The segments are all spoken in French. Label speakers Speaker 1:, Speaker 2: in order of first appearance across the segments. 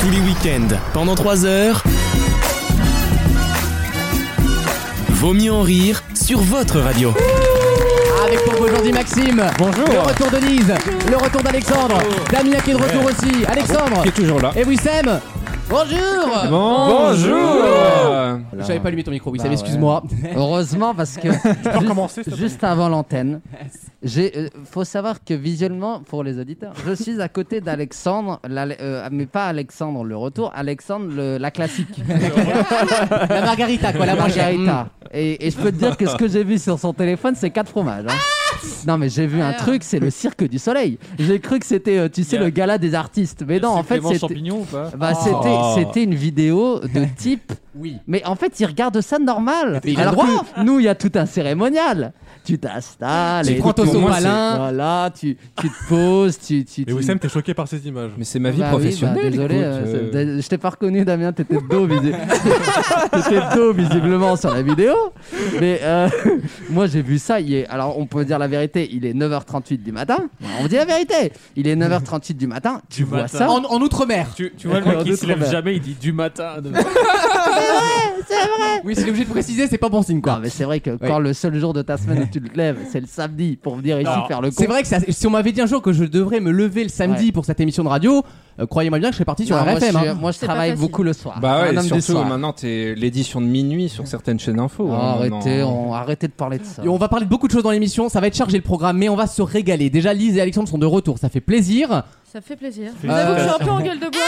Speaker 1: Tous les week-ends, pendant 3 heures. Vaut mieux en rire sur votre radio.
Speaker 2: Avec pour vous aujourd'hui Maxime.
Speaker 3: Bonjour.
Speaker 2: Le retour de Lise. Le retour d'Alexandre. Damien qui est de retour
Speaker 4: Ah
Speaker 2: aussi. Alexandre.
Speaker 3: Qui est toujours là.
Speaker 2: Et Wissem. Bonjour.
Speaker 3: Bonjour
Speaker 2: Je savais pas allumer ton micro, Wissem, excuse-moi.
Speaker 4: Bah Heureusement parce que juste, juste avant l'antenne, j'ai euh, faut savoir que visuellement pour les auditeurs, je suis à côté d'Alexandre, l'Ale- euh, mais pas Alexandre le retour, Alexandre le- la classique,
Speaker 2: La margarita, quoi, la
Speaker 4: la
Speaker 2: margarita.
Speaker 4: margarita. Et, et je peux te dire que ce que j'ai vu sur son téléphone, c'est quatre fromages. hein. Non mais j'ai vu un truc, c'est le cirque du soleil. J'ai cru que c'était, euh, tu sais,
Speaker 5: Yeah.
Speaker 4: le gala des artistes. Mais non, en fait, c'était
Speaker 5: champignon ou pas
Speaker 4: bah, c'était- c'était une vidéo de type
Speaker 2: Ah. Oui.
Speaker 4: mais en fait, ils regardent ça normal.
Speaker 2: Mais il a
Speaker 4: Alors
Speaker 2: le droit.
Speaker 4: que nous, il y a tout un cérémonial. Tu t'installes,
Speaker 2: Tu
Speaker 4: et-
Speaker 2: prends ton
Speaker 3: Écoute, moi,
Speaker 2: sopalin.
Speaker 4: Voilà, tu, tu te poses, tu. tu,
Speaker 6: Mais
Speaker 4: tu-
Speaker 6: Wissem, t'es choqué par ces images.
Speaker 3: Mais c'est ma vie
Speaker 4: Bah oui,
Speaker 3: professionnelle.
Speaker 4: bah, désolé,
Speaker 3: écoute,
Speaker 4: euh,
Speaker 3: euh,
Speaker 4: c'est- dé- je t'ai pas reconnu, Damien. T'étais de dos, visi- t'étais de dos, visiblement sur la vidéo. Mais euh, moi, j'ai vu ça. Il est... Alors, on peut dire la vérité. Il est 9h38 du matin. On dit la vérité. Il est 9h38 du matin. Tu
Speaker 5: Du
Speaker 4: vois
Speaker 5: matin.
Speaker 4: ça
Speaker 2: En, en outre-mer.
Speaker 5: tu, tu vois, le mec
Speaker 4: En
Speaker 5: qui se lève
Speaker 4: outre-mer.
Speaker 5: jamais, il dit du matin.
Speaker 2: Oui, c'est l'objet de préciser, c'est pas bon signe,
Speaker 4: Non,
Speaker 2: quoi.
Speaker 4: mais c'est vrai que quand le seul jour de ta semaine où tu te lèves, c'est le samedi pour venir ici
Speaker 5: Alors,
Speaker 4: faire le con.
Speaker 2: C'est vrai que ça- si on m'avait dit un jour que je devrais me lever le samedi
Speaker 4: Ouais.
Speaker 2: pour cette émission de radio, euh, croyez-moi bien que je serais parti sur
Speaker 4: Non,
Speaker 2: un
Speaker 4: moi,
Speaker 2: RFM.
Speaker 4: je,
Speaker 2: hein.
Speaker 4: moi, je
Speaker 7: C'est pas
Speaker 4: travaille
Speaker 7: facile.
Speaker 4: beaucoup le soir.
Speaker 3: Bah
Speaker 4: un
Speaker 3: ouais,
Speaker 4: homme du
Speaker 3: surtout
Speaker 4: soir.
Speaker 3: maintenant, t'es l'édition de minuit sur certaines chaînes info.
Speaker 4: Oh,
Speaker 3: hein,
Speaker 4: arrêtez,
Speaker 3: maintenant.
Speaker 4: on... arrêtez de parler de ça.
Speaker 2: Et on va parler de beaucoup de choses dans l'émission, ça va être chargé le programme, mais on va se régaler. Déjà, Lise et Alexandre sont de retour, ça fait plaisir.
Speaker 7: Ça fait plaisir.
Speaker 5: fait
Speaker 7: J'avoue que je
Speaker 2: plaisir.
Speaker 7: suis un peu en gueule de bois,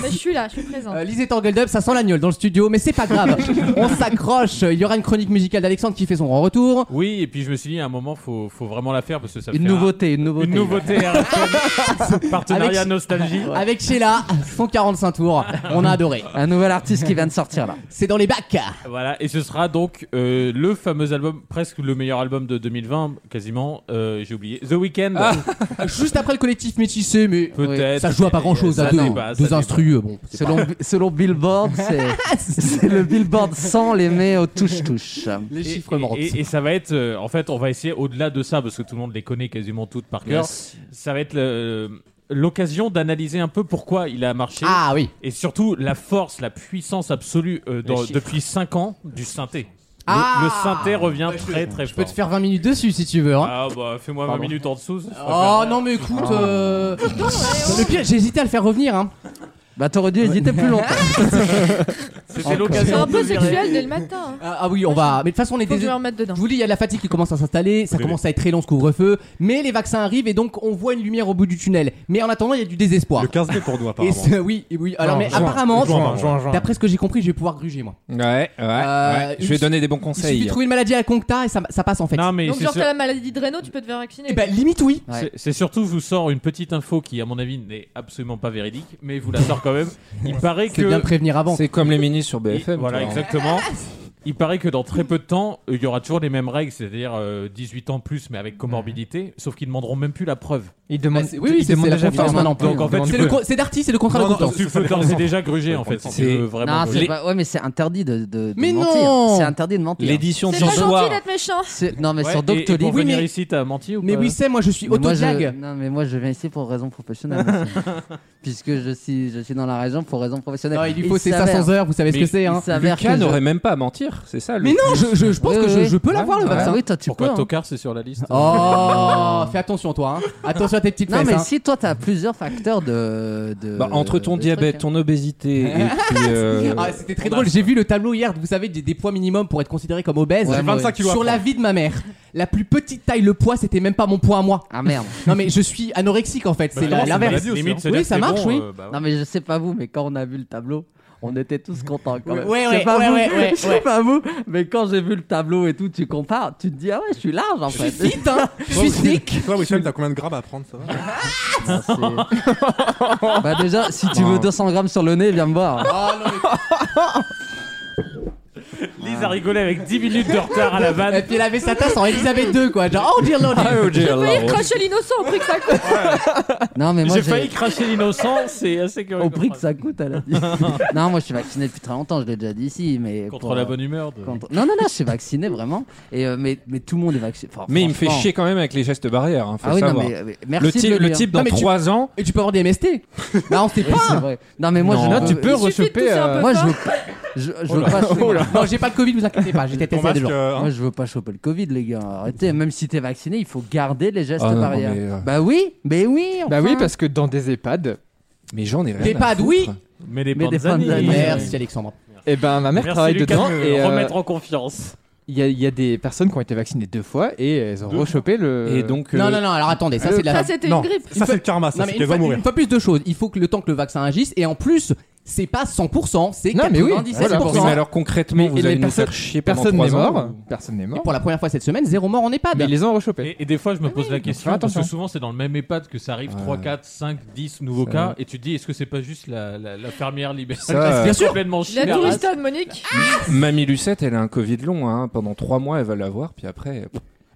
Speaker 7: mais je suis là, je suis présente.
Speaker 2: Euh, Lise est en gueule up, ça sent l'agnole dans le studio, mais c'est pas grave. on s'accroche, il y aura une chronique musicale d'Alexandre qui fait son grand retour.
Speaker 5: Oui, et puis je me suis dit, à un moment, faut, faut vraiment la faire parce que ça
Speaker 4: Une
Speaker 5: fait un-
Speaker 4: nouveauté, une nouveauté.
Speaker 5: Une nouveauté. RFM. Partenariat
Speaker 2: Avec-
Speaker 5: nostalgie.
Speaker 2: Avec Sheila, 145 tours, on a adoré.
Speaker 4: Un nouvel artiste qui vient de sortir là.
Speaker 2: C'est dans les bacs.
Speaker 5: Voilà, et ce sera donc euh, le fameux album, presque le meilleur album de 2020, quasiment. euh, J'ai oublié. The Weeknd.
Speaker 4: Ah,
Speaker 2: Juste après le collectif métissé, mais
Speaker 5: Peut-être.
Speaker 2: ça joue à pas grand chose.
Speaker 5: Ça
Speaker 2: à deux,
Speaker 5: débat, ça
Speaker 2: deux
Speaker 5: débat.
Speaker 2: instrueux, bon. c'est
Speaker 4: Selon, selon Billboard, c'est c'est le Billboard 100 les met au touche-touche.
Speaker 2: Les
Speaker 5: Et-
Speaker 2: chiffres
Speaker 5: et-
Speaker 2: mentent.
Speaker 5: Et, et ça va être, euh, en fait, on va essayer au-delà de ça, parce que tout le monde les connaît quasiment toutes par cœur. Ça va être le- euh, l'occasion d'analyser un peu pourquoi il a marché.
Speaker 2: Ah oui.
Speaker 5: Et surtout, la force, la puissance absolue euh, dans- depuis 5 ans du synthé. Le,
Speaker 2: Ah
Speaker 5: le synthé revient
Speaker 2: je-
Speaker 5: très très
Speaker 2: Je
Speaker 5: fort.
Speaker 2: peux te faire 20 minutes dessus si tu veux. hein.
Speaker 5: Ah bah fais-moi 20
Speaker 2: Pardon.
Speaker 5: minutes en dessous. ça fera
Speaker 2: Oh
Speaker 5: pas-
Speaker 2: non mais écoute, euh...
Speaker 7: Ah.
Speaker 2: le pire j'ai hésité à le faire revenir. Hein.
Speaker 4: Bah t'aurais dû hésiter plus longtemps.
Speaker 5: C'était
Speaker 7: C'est
Speaker 5: l'occasion.
Speaker 7: un
Speaker 5: de
Speaker 7: peu
Speaker 5: le virer.
Speaker 7: sexuel dès le matin. hein.
Speaker 2: Ah, ah oui on va, mais de toute façon on est
Speaker 7: Faut que je
Speaker 2: dés-
Speaker 7: me remette dedans.
Speaker 2: Je vous dis il y a de la fatigue qui commence à s'installer, ça
Speaker 5: Oui,
Speaker 2: commence à être très long ce couvre-feu, mais les vaccins arrivent et donc on voit une lumière au bout du tunnel. Mais en attendant il y a du désespoir.
Speaker 6: Le 15 mai pour nous,
Speaker 2: Et
Speaker 6: apparemment.
Speaker 2: ce- oui oui alors
Speaker 6: Juin,
Speaker 2: mais
Speaker 6: juin,
Speaker 2: apparemment
Speaker 6: juin, pardon.
Speaker 2: d'après ce que j'ai compris je vais pouvoir gruger moi.
Speaker 3: Ouais, ouais,
Speaker 2: Euh,
Speaker 3: ouais.
Speaker 2: il
Speaker 3: Je vais
Speaker 2: suffit-
Speaker 3: donner des bons
Speaker 2: Il suffit de
Speaker 3: conseils.
Speaker 2: trouver une maladie à la concta et ça, ça passe en fait.
Speaker 5: Non mais
Speaker 7: Donc,
Speaker 5: c'est
Speaker 7: genre,
Speaker 5: sur-
Speaker 7: t'as la maladie de Raynaud, tu peux te faire vacciner.
Speaker 2: Et bah limite oui.
Speaker 4: Ouais.
Speaker 5: c'est- c'est surtout vous sort une petite info qui à mon avis n'est absolument pas véridique, mais vous la sort quand même. Il paraît
Speaker 2: C'est
Speaker 5: que
Speaker 2: bien de prévenir avant.
Speaker 3: C'est comme les minis sur
Speaker 5: Et-
Speaker 3: BFM.
Speaker 5: voilà,
Speaker 3: quoi, hein.
Speaker 5: exactement. Il paraît que dans très peu de temps, euh, il y aura toujours les mêmes règles, c'est-à-dire euh, 18 ans plus, mais avec comorbidité, sauf qu'ils demanderont même plus la preuve.
Speaker 8: Il demande.
Speaker 2: Bah, c'est- oui, oui,
Speaker 8: il
Speaker 2: c'est-
Speaker 8: demande
Speaker 2: c'est la
Speaker 8: déjà
Speaker 2: confiance
Speaker 8: Pharma.
Speaker 2: maintenant.
Speaker 5: Donc, en fait,
Speaker 2: C'est
Speaker 5: tu
Speaker 2: le
Speaker 5: peux-
Speaker 2: co- C'est Darty, c'est le contrat de
Speaker 6: Non, non,
Speaker 2: confiance.
Speaker 6: c'est-
Speaker 5: Tu
Speaker 6: ça
Speaker 5: peux
Speaker 6: fait
Speaker 5: d'ores et
Speaker 6: longtemps.
Speaker 5: déjà gruger, en
Speaker 6: Ça fait
Speaker 5: fait, si tu
Speaker 3: longtemps.
Speaker 5: veux
Speaker 3: C'est-
Speaker 5: vraiment
Speaker 4: Non, c'est
Speaker 5: gruger.
Speaker 4: pas- Ouais, mais c'est interdit de, de- de
Speaker 2: Mais
Speaker 4: mentir.
Speaker 2: non
Speaker 4: C'est interdit de mentir.
Speaker 3: L'édition
Speaker 7: C'est
Speaker 3: du
Speaker 7: pas gentil
Speaker 3: soir.
Speaker 7: d'être méchant.
Speaker 4: C'est- Non mais
Speaker 5: Ouais,
Speaker 4: sur
Speaker 5: et
Speaker 4: Doctolib.
Speaker 5: pour
Speaker 2: oui,
Speaker 5: venir
Speaker 2: mais-
Speaker 5: ici, t'as menti ou
Speaker 2: Mais
Speaker 5: pas
Speaker 2: oui, c'est moi je suis
Speaker 4: Mais moi, je-
Speaker 2: autodiag.
Speaker 4: Non, mais moi je viens ici pour raison professionnelle. monsieur. Puisque je suis, je suis dans la région pour raison professionnelle.
Speaker 2: Non, il lui faut ses
Speaker 4: s'avère-
Speaker 2: 500 heures, vous savez ce
Speaker 5: Mais
Speaker 2: que c'est.
Speaker 4: il
Speaker 2: Hein.
Speaker 4: s'avère que
Speaker 3: Lucas
Speaker 4: je-
Speaker 3: n'aurait même pas à mentir, c'est ça. le-
Speaker 2: Mais non, je, je, je pense
Speaker 4: Oui,
Speaker 2: que je,
Speaker 4: oui.
Speaker 2: je peux l'avoir le
Speaker 4: Ah,
Speaker 2: vaccin.
Speaker 4: oui, toi tu
Speaker 5: Pourquoi
Speaker 4: peux. hein.
Speaker 5: Tocard, c'est sur la liste
Speaker 2: Oh, fais attention toi. Hein. Attention à tes petites
Speaker 4: Non
Speaker 2: fesses.
Speaker 4: mais
Speaker 2: hein.
Speaker 4: si toi t'as plusieurs facteurs de, de-
Speaker 3: Bah, entre ton
Speaker 4: de
Speaker 3: diabète,
Speaker 4: trucs, hein.
Speaker 3: ton obésité et puis, euh,
Speaker 2: Ah, c'était très drôle. J'ai vu le tableau hier. Vous savez, des, des poids minimum pour être considéré comme obèse.
Speaker 4: Ouais, J'ai 25
Speaker 6: kilos à
Speaker 2: Sur la vie de ma mère, la plus petite taille, le poids, c'était même pas mon poids à moi.
Speaker 4: Ah merde.
Speaker 2: Non, mais je suis anorexique en fait. C'est la- l'inverse.
Speaker 5: Limite, Bah, c'est
Speaker 2: Oui,
Speaker 5: dire
Speaker 2: ça
Speaker 5: que
Speaker 2: marche,
Speaker 5: c'est bon,
Speaker 2: oui.
Speaker 5: euh, bah ouais.
Speaker 4: Non mais je sais pas vous, mais quand on a vu le tableau, on était tous contents quand même.
Speaker 2: Ouais,
Speaker 4: Je
Speaker 2: ouais,
Speaker 4: sais pas
Speaker 2: ouais,
Speaker 4: vous,
Speaker 2: ouais, ouais,
Speaker 4: je sais
Speaker 2: ouais.
Speaker 4: pas vous, mais quand j'ai vu le tableau et tout, tu compares, tu te dis ah ouais, je suis large en fait.
Speaker 2: Je suis fit, hein. Je suis
Speaker 6: Ouais,
Speaker 2: sick.
Speaker 6: Toi, Wissem, t'as combien de grammes à prendre, ça va
Speaker 4: Ah, c'est- bah déjà, si tu veux
Speaker 3: Non.
Speaker 4: 200 grammes sur le nez, viens me voir.
Speaker 5: Lise a rigolé avec 10 minutes de retard à la
Speaker 2: Et
Speaker 5: vanne.
Speaker 2: puis elle avait sa tasse en Elisabeth II, quoi. Genre, oh dear lord.
Speaker 3: Ah, oh,
Speaker 7: Je
Speaker 3: dear
Speaker 7: peux y
Speaker 3: Lord.
Speaker 7: recracher l'innocent au prix que ça coûte.
Speaker 4: Non, mais moi,
Speaker 5: J'ai failli cracher l'innocent, c'est assez curieux.
Speaker 4: Au
Speaker 5: comme
Speaker 4: prix que
Speaker 5: phrase.
Speaker 4: ça coûte, elle a dit. non, moi, je suis vacciné depuis très longtemps, je l'ai déjà dit ici. Mais
Speaker 5: Contre
Speaker 4: pour,
Speaker 5: la
Speaker 4: euh,
Speaker 5: bonne humeur. De...
Speaker 4: contre- Non, non, non, je suis vacciné, vraiment. Et, euh, mais, mais tout le monde est vacciné. Enfin,
Speaker 3: Mais il me fait
Speaker 4: franchement.
Speaker 3: chier quand même avec les gestes barrières, hein, faut
Speaker 4: Ah oui, non,
Speaker 3: savoir.
Speaker 4: mais, mais
Speaker 3: le,
Speaker 4: merci
Speaker 3: type,
Speaker 4: de
Speaker 3: le
Speaker 4: dire.
Speaker 3: type, dans
Speaker 2: Non, mais tu-
Speaker 3: 3 ans,
Speaker 2: Et tu peux avoir des MST Bah, on sait
Speaker 4: Oui, c'est
Speaker 2: pas.
Speaker 4: vrai. Non, mais moi, je
Speaker 3: Non.
Speaker 4: ne
Speaker 3: Tu
Speaker 4: veux-
Speaker 3: peux
Speaker 7: Il suffit de
Speaker 3: rechoper,
Speaker 7: tousser un peu
Speaker 4: euh, Moi, je
Speaker 7: fort.
Speaker 4: veux pas. Je, je veux pas choper.
Speaker 2: Non, j'ai pas le Covid, vous inquiétez pas, j'étais
Speaker 6: Ton
Speaker 2: testé à deux
Speaker 6: masque,
Speaker 2: jours.
Speaker 6: euh, hein.
Speaker 4: Moi, je veux pas choper le Covid, les gars. Arrêtez. Même si t'es vacciné, il faut garder les gestes
Speaker 3: Ah, non,
Speaker 4: barrières.
Speaker 3: mais, euh,
Speaker 4: Bah oui, mais oui.
Speaker 8: Bah oui,
Speaker 4: enfin.
Speaker 8: parce que dans des EHPAD,
Speaker 3: mais j'en ai rien.
Speaker 2: Des
Speaker 3: à
Speaker 2: pads,
Speaker 3: foutre.
Speaker 2: oui.
Speaker 5: Mais les
Speaker 4: Mais des
Speaker 5: Panzani.
Speaker 4: Panzani.
Speaker 2: Merci Alexandre.
Speaker 8: eh ben ma mère
Speaker 5: Merci,
Speaker 8: travaille
Speaker 5: Lucas,
Speaker 8: dedans
Speaker 5: de me
Speaker 8: et euh,
Speaker 5: remettre en confiance.
Speaker 8: il y, a- il y a des personnes qui ont été vaccinées deux fois et elles ont rechopé le.
Speaker 3: Et donc, euh,
Speaker 2: Non, non, non, alors attendez, ça c'est de la.
Speaker 7: Ça, c'était une
Speaker 6: Non,
Speaker 7: grippe.
Speaker 6: ça c'est le karma,
Speaker 2: Non,
Speaker 6: ça
Speaker 2: mais
Speaker 6: c'est
Speaker 2: une
Speaker 6: qu'elle va
Speaker 2: fois,
Speaker 6: mourir.
Speaker 2: une fois plus de choses, il faut que le temps que le vaccin agisse, et en plus, c'est pas 100%, c'est
Speaker 8: Non, mais oui,
Speaker 2: 97%.
Speaker 8: voilà,
Speaker 3: Oui, mais alors concrètement,
Speaker 8: Mais
Speaker 3: vous
Speaker 8: les
Speaker 3: allez nous
Speaker 8: personnes-
Speaker 3: faire chier pendant
Speaker 8: personne n'est
Speaker 3: 3 ans,
Speaker 8: mort,
Speaker 3: ou-
Speaker 8: personne n'est
Speaker 2: Et
Speaker 8: mort,
Speaker 2: pour bah, la première fois cette semaine, zéro mort en EHPAD.
Speaker 8: mais ils les ont rechopés.
Speaker 5: Et, et des fois, je me pose la question,
Speaker 8: Fais
Speaker 5: parce que
Speaker 8: attention.
Speaker 5: souvent, c'est dans le même EHPAD que ça arrive 3, 4, 5, 10 nouveaux
Speaker 3: Ça-
Speaker 5: cas, et tu te dis, est-ce que c'est pas juste la, la, la fermière libérale
Speaker 3: Ça, euh,
Speaker 5: qui
Speaker 2: Bien
Speaker 5: est
Speaker 2: sûr.
Speaker 5: complètement
Speaker 7: La
Speaker 5: chier
Speaker 7: tourista de Monique.
Speaker 3: Mamie Lucette, elle a un Covid long, hein. pendant 3 mois, elle va l'avoir, puis après.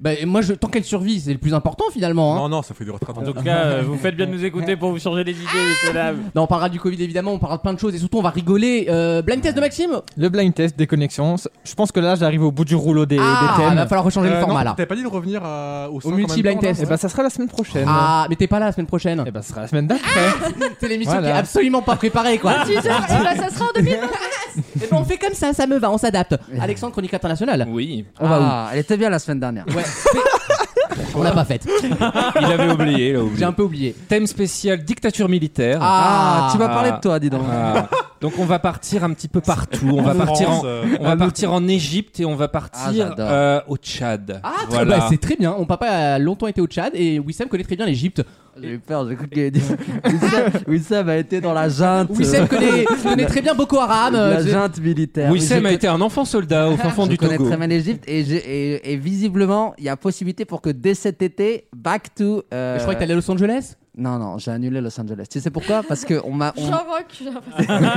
Speaker 2: Bah, et moi, je... tant qu'elle survit, c'est le plus important finalement. hein.
Speaker 6: Non, non, ça fait des retraites.
Speaker 5: En tout cas, euh, vous faites bien de nous écouter pour vous changer les idées, messieurs, dames.
Speaker 2: Non, on parlera du Covid évidemment, on parlera de plein de choses, et surtout, on va rigoler. Euh, blind test de Maxime
Speaker 8: Le blind test des connexions, c- je pense que là j'arrive au bout du rouleau des,
Speaker 2: Ah,
Speaker 8: des thèmes.
Speaker 2: va falloir rechanger
Speaker 6: Euh,
Speaker 2: le format
Speaker 6: non,
Speaker 2: là.
Speaker 6: T'avais pas dit de revenir à- au, cinq en même
Speaker 2: multi-blind
Speaker 6: temps, non,
Speaker 2: test.
Speaker 8: Et
Speaker 6: c'est
Speaker 8: bah ça sera la semaine prochaine.
Speaker 2: Ah, mais t'es pas là la semaine prochaine.
Speaker 8: Et bah ça sera la semaine d'après.
Speaker 2: C'est l'émission qui est
Speaker 8: Voilà.
Speaker 2: absolument pas préparée quoi.
Speaker 7: Tu sais, voilà, ça sera en 2020.
Speaker 2: Et ben, on fait comme ça, ça me va, on s'adapte. Alexandre, chronique internationale.
Speaker 3: Oui.
Speaker 4: On va où
Speaker 2: Ah.
Speaker 4: Elle était bien la semaine dernière.
Speaker 2: Ouais. on l'a pas faite.
Speaker 3: Il avait oublié, il a
Speaker 2: J'ai
Speaker 3: oublié.
Speaker 2: un peu oublié.
Speaker 3: Thème spécial dictature militaire.
Speaker 4: Ah, tu vas
Speaker 3: Ah.
Speaker 4: parler de toi, dis donc.
Speaker 3: Ah. Donc on va partir un petit peu partout. On va
Speaker 6: France,
Speaker 3: partir en,
Speaker 6: euh,
Speaker 3: on va partir en Égypte et on va
Speaker 9: Ah,
Speaker 3: partir
Speaker 4: j'adore.
Speaker 3: euh, au Tchad.
Speaker 2: Ah, très-
Speaker 3: voilà.
Speaker 2: bah, c'est très bien. Mon papa a longtemps été au Tchad et Wissem connaît très bien l'Égypte.
Speaker 4: J'ai eu peur, j'ai cru qu'il allait dire. Wissam, Wissam a été dans la junte.
Speaker 2: Wissem connaît, connaît très bien Boko Haram.
Speaker 4: euh,
Speaker 2: euh,
Speaker 4: La
Speaker 2: je-
Speaker 4: junte militaire.
Speaker 3: Wissem
Speaker 4: Je
Speaker 3: a été un enfant soldat au fin fond
Speaker 4: Je
Speaker 3: du
Speaker 4: connais
Speaker 3: Togo.
Speaker 4: très bien l'Égypte et, j'ai- et- et visiblement il y a possibilité pour que dès cet été, back to. euh,
Speaker 2: Je crois que t'allais à Los Angeles.
Speaker 4: Non non, j'ai annulé Los Angeles. Tu sais pourquoi Parce que on m'a. on-
Speaker 7: J'en vois que j'ai l'impression.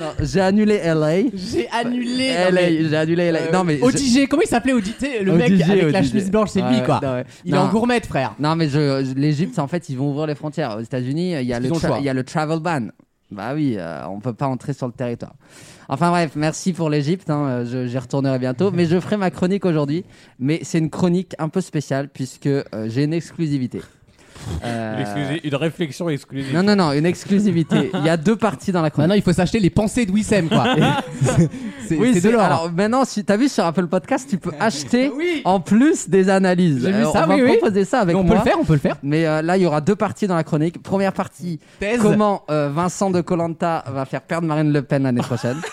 Speaker 4: non, J'ai annulé LA.
Speaker 2: J'ai annulé.
Speaker 4: LA, j'ai annulé LA. non mais. je-
Speaker 2: ODG, Euh, comment il s'appelait ODG Tu sais, Le mec
Speaker 4: ODG,
Speaker 2: avec la
Speaker 4: ODG.
Speaker 2: chemise blanche, c'est lui
Speaker 4: Ouais,
Speaker 2: quoi.
Speaker 4: ouais, ouais.
Speaker 2: Il
Speaker 4: Non.
Speaker 2: est en gourmette, frère.
Speaker 4: Non, mais je, je- l'Égypte, en fait, ils vont ouvrir les frontières. Aux États-Unis, il y a,
Speaker 2: Ils
Speaker 4: le,
Speaker 2: ont le
Speaker 4: tra-
Speaker 2: choix.
Speaker 4: il y a le travel ban. Bah oui, euh, on peut pas entrer sur le territoire. Enfin bref, merci pour l'Égypte. hein, euh, je- J'y retournerai bientôt, mais je ferai ma chronique aujourd'hui. Mais c'est une chronique un peu spéciale puisque euh, j'ai une exclusivité. Euh,
Speaker 5: L'exclusi- Une réflexion exclusive.
Speaker 4: Non, non, non, une exclusivité. Il y a deux parties dans la chronique.
Speaker 2: Maintenant, il faut s'acheter les pensées de Wissem quoi. C'est- c'est
Speaker 4: oui,
Speaker 2: c'est de
Speaker 4: c'est-
Speaker 2: l'or.
Speaker 4: alors maintenant, si t'as vu sur Apple Podcast, tu peux acheter
Speaker 2: Oui.
Speaker 4: en plus des analyses.
Speaker 2: J'ai vu
Speaker 4: Euh,
Speaker 2: ça,
Speaker 4: on va
Speaker 2: oui, oui.
Speaker 4: proposer ça avec
Speaker 2: Mais on
Speaker 4: moi.
Speaker 2: peut le faire, on peut le faire.
Speaker 4: Mais euh, là, il y aura deux parties dans la chronique. Première partie,
Speaker 2: Thèse.
Speaker 4: comment euh, Vincent de Colanta va faire perdre Marine Le Pen l'année prochaine.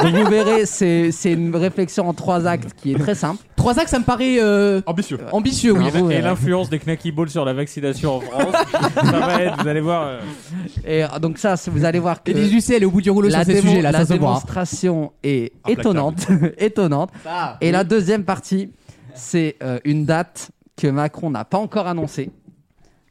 Speaker 4: Donc vous verrez, c'est c'est une réflexion en trois actes qui est très simple.
Speaker 2: Trois axes, ça me paraît euh,
Speaker 6: Ambitieux.
Speaker 2: ambitieux. Oui.
Speaker 4: Ah, vous,
Speaker 5: Et
Speaker 4: euh,
Speaker 5: l'influence des Knacky Balls sur la vaccination en France, ça va être, vous allez voir. euh,
Speaker 4: et euh, donc ça, c'est- vous allez voir que
Speaker 2: Et les UC, elle est au bout du rouleau sur
Speaker 4: euh, la,
Speaker 2: ces
Speaker 4: démon-
Speaker 2: sujets là,
Speaker 4: la
Speaker 2: ça se voit. hein.
Speaker 4: démonstration est étonnante, étonnante.
Speaker 2: Ça.
Speaker 4: Et la deuxième partie, c'est euh, une date que Macron n'a pas encore annoncée.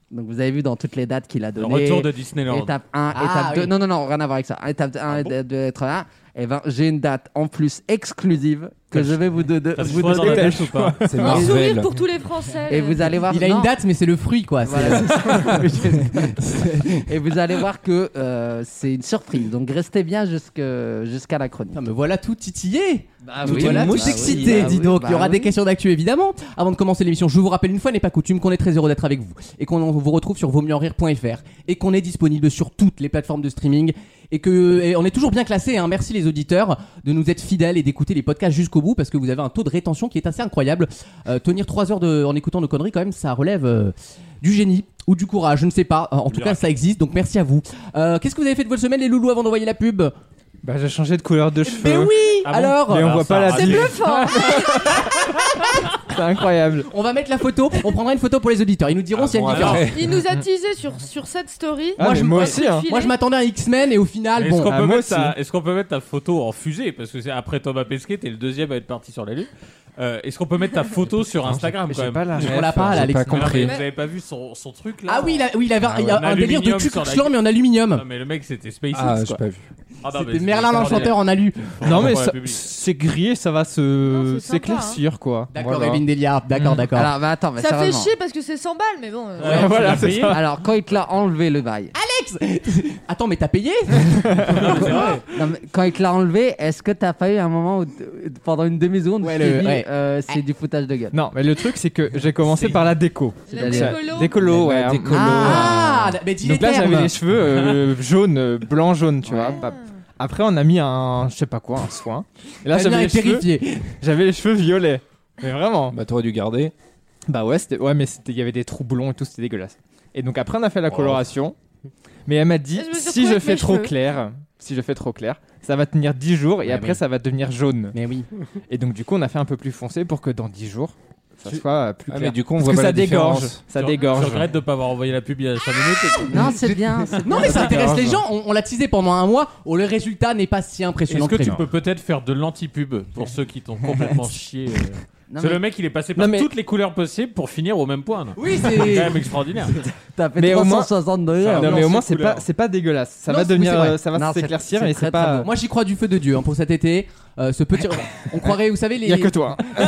Speaker 4: Donc vous avez vu dans toutes les dates qu'il a
Speaker 5: Le
Speaker 4: données.
Speaker 5: retour de Disneyland.
Speaker 4: Étape 1,
Speaker 2: Ah,
Speaker 4: étape 2.
Speaker 2: oui.
Speaker 4: Non, non, non, rien à voir avec ça. Étape 1,
Speaker 5: Ah bon
Speaker 4: étape 2, étape 1. Et ben, j'ai une date en plus exclusive que je vais vous, de- de-
Speaker 5: T'as le
Speaker 4: vous
Speaker 5: choix dans la
Speaker 4: donner.
Speaker 5: tête ou pas
Speaker 3: C'est
Speaker 7: Un sourire
Speaker 3: Marvel.
Speaker 7: pour tous les Français.
Speaker 4: Et vous allez voir.
Speaker 2: Il a
Speaker 4: non.
Speaker 2: une date, mais c'est le fruit quoi. C'est-
Speaker 4: Voilà, c'est ça. et vous allez voir que euh, c'est une surprise. Donc restez bien jusque- jusqu'à la chronique.
Speaker 2: Putain, me voilà tout titillé,
Speaker 4: Tout
Speaker 2: me
Speaker 4: est
Speaker 2: voilà tout
Speaker 4: mousse.
Speaker 2: excité,
Speaker 4: Ah Bah oui,
Speaker 2: dis donc.
Speaker 4: bah
Speaker 2: Il y aura
Speaker 4: oui.
Speaker 2: des questions d'actu évidemment. Avant de commencer l'émission, je vous rappelle une fois n'est pas coutume qu'on est très heureux d'être avec vous et qu'on vous retrouve sur vosmieuxenrire.fr et qu'on est disponible sur toutes les plateformes de streaming et que et on est toujours bien classé. Hein. Merci les auditeurs de nous être fidèles et d'écouter les podcasts jusqu'au bout parce que vous avez un taux de rétention qui est assez incroyable. Euh, tenir trois heures de, en écoutant nos conneries quand même, ça relève euh, du génie. Ou du courage, je ne sais pas. En tout cas, ça existe, donc merci à vous. Euh, Qu'est-ce que vous avez fait de votre semaine, les loulous, avant d'envoyer la pub
Speaker 8: Bah j'ai changé de couleur de cheveux.
Speaker 2: Mais oui
Speaker 5: Euh, Ah bon
Speaker 2: Alors,
Speaker 8: Mais on
Speaker 5: Alors,
Speaker 8: voit
Speaker 5: ça
Speaker 8: pas la
Speaker 5: raconte.
Speaker 7: C'est
Speaker 8: diff.
Speaker 7: bluffant.
Speaker 8: C'est incroyable.
Speaker 2: On va mettre la photo, on prendra une photo pour les auditeurs. Ils nous diront
Speaker 3: Ah
Speaker 2: si elle
Speaker 3: bon,
Speaker 2: est différente.
Speaker 3: alors.
Speaker 7: Il nous a teasé sur, sur cette story.
Speaker 8: Ah, mais moi aussi, hein.
Speaker 2: Moi je m'attendais à X-Men et au final,
Speaker 5: Est-ce qu'on
Speaker 2: bon.
Speaker 8: Ah,
Speaker 5: peut,
Speaker 8: moi
Speaker 5: mettre ta-
Speaker 8: aussi.
Speaker 5: est-ce qu'on peut mettre ta photo en fusée Parce que c'est après Thomas Pesquet, t'es le deuxième à être parti sur la Lune. Euh, est-ce qu'on peut mettre ta photo sur Instagram quand
Speaker 8: J'ai
Speaker 5: même
Speaker 8: pas la
Speaker 2: On l'a
Speaker 8: ref.
Speaker 2: pas là,
Speaker 3: J'ai
Speaker 2: Alex.
Speaker 5: Non,
Speaker 3: pas
Speaker 5: mais
Speaker 3: compris.
Speaker 5: Vous avez pas vu son, son truc là
Speaker 2: Ah oui, il, a, oui, il avait un-
Speaker 3: Ah
Speaker 2: il y a
Speaker 5: ouais.
Speaker 2: un
Speaker 5: En
Speaker 2: délire de
Speaker 5: aluminium
Speaker 2: Ku
Speaker 5: sur
Speaker 2: Klux
Speaker 5: la-
Speaker 2: Klan mais en aluminium.
Speaker 5: Non, mais le mec c'était SpaceX
Speaker 3: Ah, j'ai
Speaker 5: quoi.
Speaker 3: pas vu.
Speaker 5: Ah, non, mais
Speaker 2: C'était
Speaker 5: c'est-
Speaker 2: Merlin
Speaker 5: c'est
Speaker 2: l'Enchanteur en alu.
Speaker 5: formidable.
Speaker 8: Non mais
Speaker 5: Pour la
Speaker 8: ça-
Speaker 5: public.
Speaker 8: c'est grillé, ça va
Speaker 7: Non,
Speaker 8: se
Speaker 7: c'est sympa,
Speaker 8: s'éclaircir quoi.
Speaker 2: D'accord,
Speaker 8: Voilà.
Speaker 2: Evelyne Delia. D'accord,
Speaker 8: Mm.
Speaker 2: d'accord.
Speaker 4: Alors, bah attends, mais
Speaker 7: Ça fait
Speaker 4: sérieusement.
Speaker 7: chier parce que c'est 100 balles, mais bon. euh,
Speaker 5: Ouais, tu
Speaker 8: Voilà,
Speaker 5: l'as
Speaker 8: c'est
Speaker 5: payé
Speaker 8: ça.
Speaker 4: Alors, quand il te l'a enlevé le bail,
Speaker 2: Attends, mais t'as payé
Speaker 5: Non, Ah, mais c'est vrai.
Speaker 4: non, mais quand il te l'a enlevé, est-ce que t'as pas eu un moment où, t- pendant une demi-seconde,
Speaker 2: Ouais,
Speaker 4: tu t'es
Speaker 2: le-
Speaker 4: dit,
Speaker 2: ouais.
Speaker 4: euh, c'est du foutage de gueule
Speaker 8: Non, mais le truc c'est que j'ai commencé par la déco.
Speaker 7: La
Speaker 4: C'est-à-dire-
Speaker 7: décolo.
Speaker 8: Décolo, ouais. hein.
Speaker 3: La décolo.
Speaker 2: Ah, mais dis les
Speaker 8: Donc là, j'avais
Speaker 2: termes.
Speaker 8: les cheveux euh, jaunes, euh, blanc jaune, tu vois.
Speaker 7: Ah.
Speaker 8: Bah, Après, on a mis un, je sais pas quoi, un soin. Et là,
Speaker 2: Damien
Speaker 8: j'avais les,
Speaker 2: est
Speaker 8: cheveux,
Speaker 2: terrifié.
Speaker 8: j'avais les cheveux violets. Mais vraiment.
Speaker 3: Bah t'aurais dû garder.
Speaker 8: Bah ouais, c'était, ouais, mais c'était- il y avait des trous blonds et tout, c'était dégueulasse. Et donc après, on a fait la coloration. Mais elle m'a dit,
Speaker 7: Je me suis
Speaker 8: si
Speaker 7: retrouvée
Speaker 8: je
Speaker 7: avec
Speaker 8: fais
Speaker 7: mes
Speaker 8: trop
Speaker 7: cheveux.
Speaker 8: clair, si je fais trop clair, ça va tenir 10 jours et
Speaker 2: Ouais,
Speaker 8: après,
Speaker 2: mais-
Speaker 8: ça va devenir jaune.
Speaker 2: Mais oui.
Speaker 8: Et donc du coup, on a fait un peu plus foncé pour que dans 10 jours, ça
Speaker 3: Tu-
Speaker 8: soit euh, plus
Speaker 3: Ah,
Speaker 8: clair.
Speaker 3: mais du coup, on
Speaker 8: Parce
Speaker 3: voit
Speaker 8: que
Speaker 3: pas
Speaker 8: ça
Speaker 3: la
Speaker 8: dégorge,
Speaker 3: différence.
Speaker 8: ça
Speaker 5: Je-
Speaker 8: dégorge.
Speaker 5: Je regrette de ne pas avoir envoyé la pub il y a 5 minutes.
Speaker 4: Non, c'est bien. c'est
Speaker 2: Non,
Speaker 4: bien.
Speaker 2: mais ça intéresse
Speaker 8: D'accord.
Speaker 2: les gens. On, on l'a teasé pendant un mois. Oh, le résultat n'est pas si impressionnant
Speaker 5: Est-ce que tu
Speaker 2: prévu.
Speaker 5: peux peut-être faire de l'anti-pub pour ceux qui t'ont complètement chié euh,
Speaker 4: Non,
Speaker 5: C'est
Speaker 4: mais
Speaker 5: le mec, il est passé par
Speaker 8: Non, mais-
Speaker 5: toutes les couleurs possibles pour finir au même point. là.
Speaker 2: Oui, c'est.
Speaker 5: C'est quand même extraordinaire.
Speaker 4: T'as fait
Speaker 8: Mais au moins-
Speaker 4: 360 degrés.
Speaker 5: Ça
Speaker 8: Ah Non mais au moins
Speaker 5: Ambiance et
Speaker 8: c'est
Speaker 5: couleur.
Speaker 8: pas c'est pas dégueulasse. Ça
Speaker 2: Non,
Speaker 8: va
Speaker 2: c'est-
Speaker 8: devenir
Speaker 2: oui, c'est vrai.
Speaker 8: euh, ça va
Speaker 4: Non, c'est-
Speaker 8: s'éclaircir
Speaker 4: c'est
Speaker 8: mais
Speaker 4: très, très
Speaker 8: c'est pas
Speaker 2: Moi, j'y crois du feu de Dieu hein, pour cet été. Euh, ce petit. On croirait, vous savez, les.
Speaker 8: il y a que toi.
Speaker 5: Ah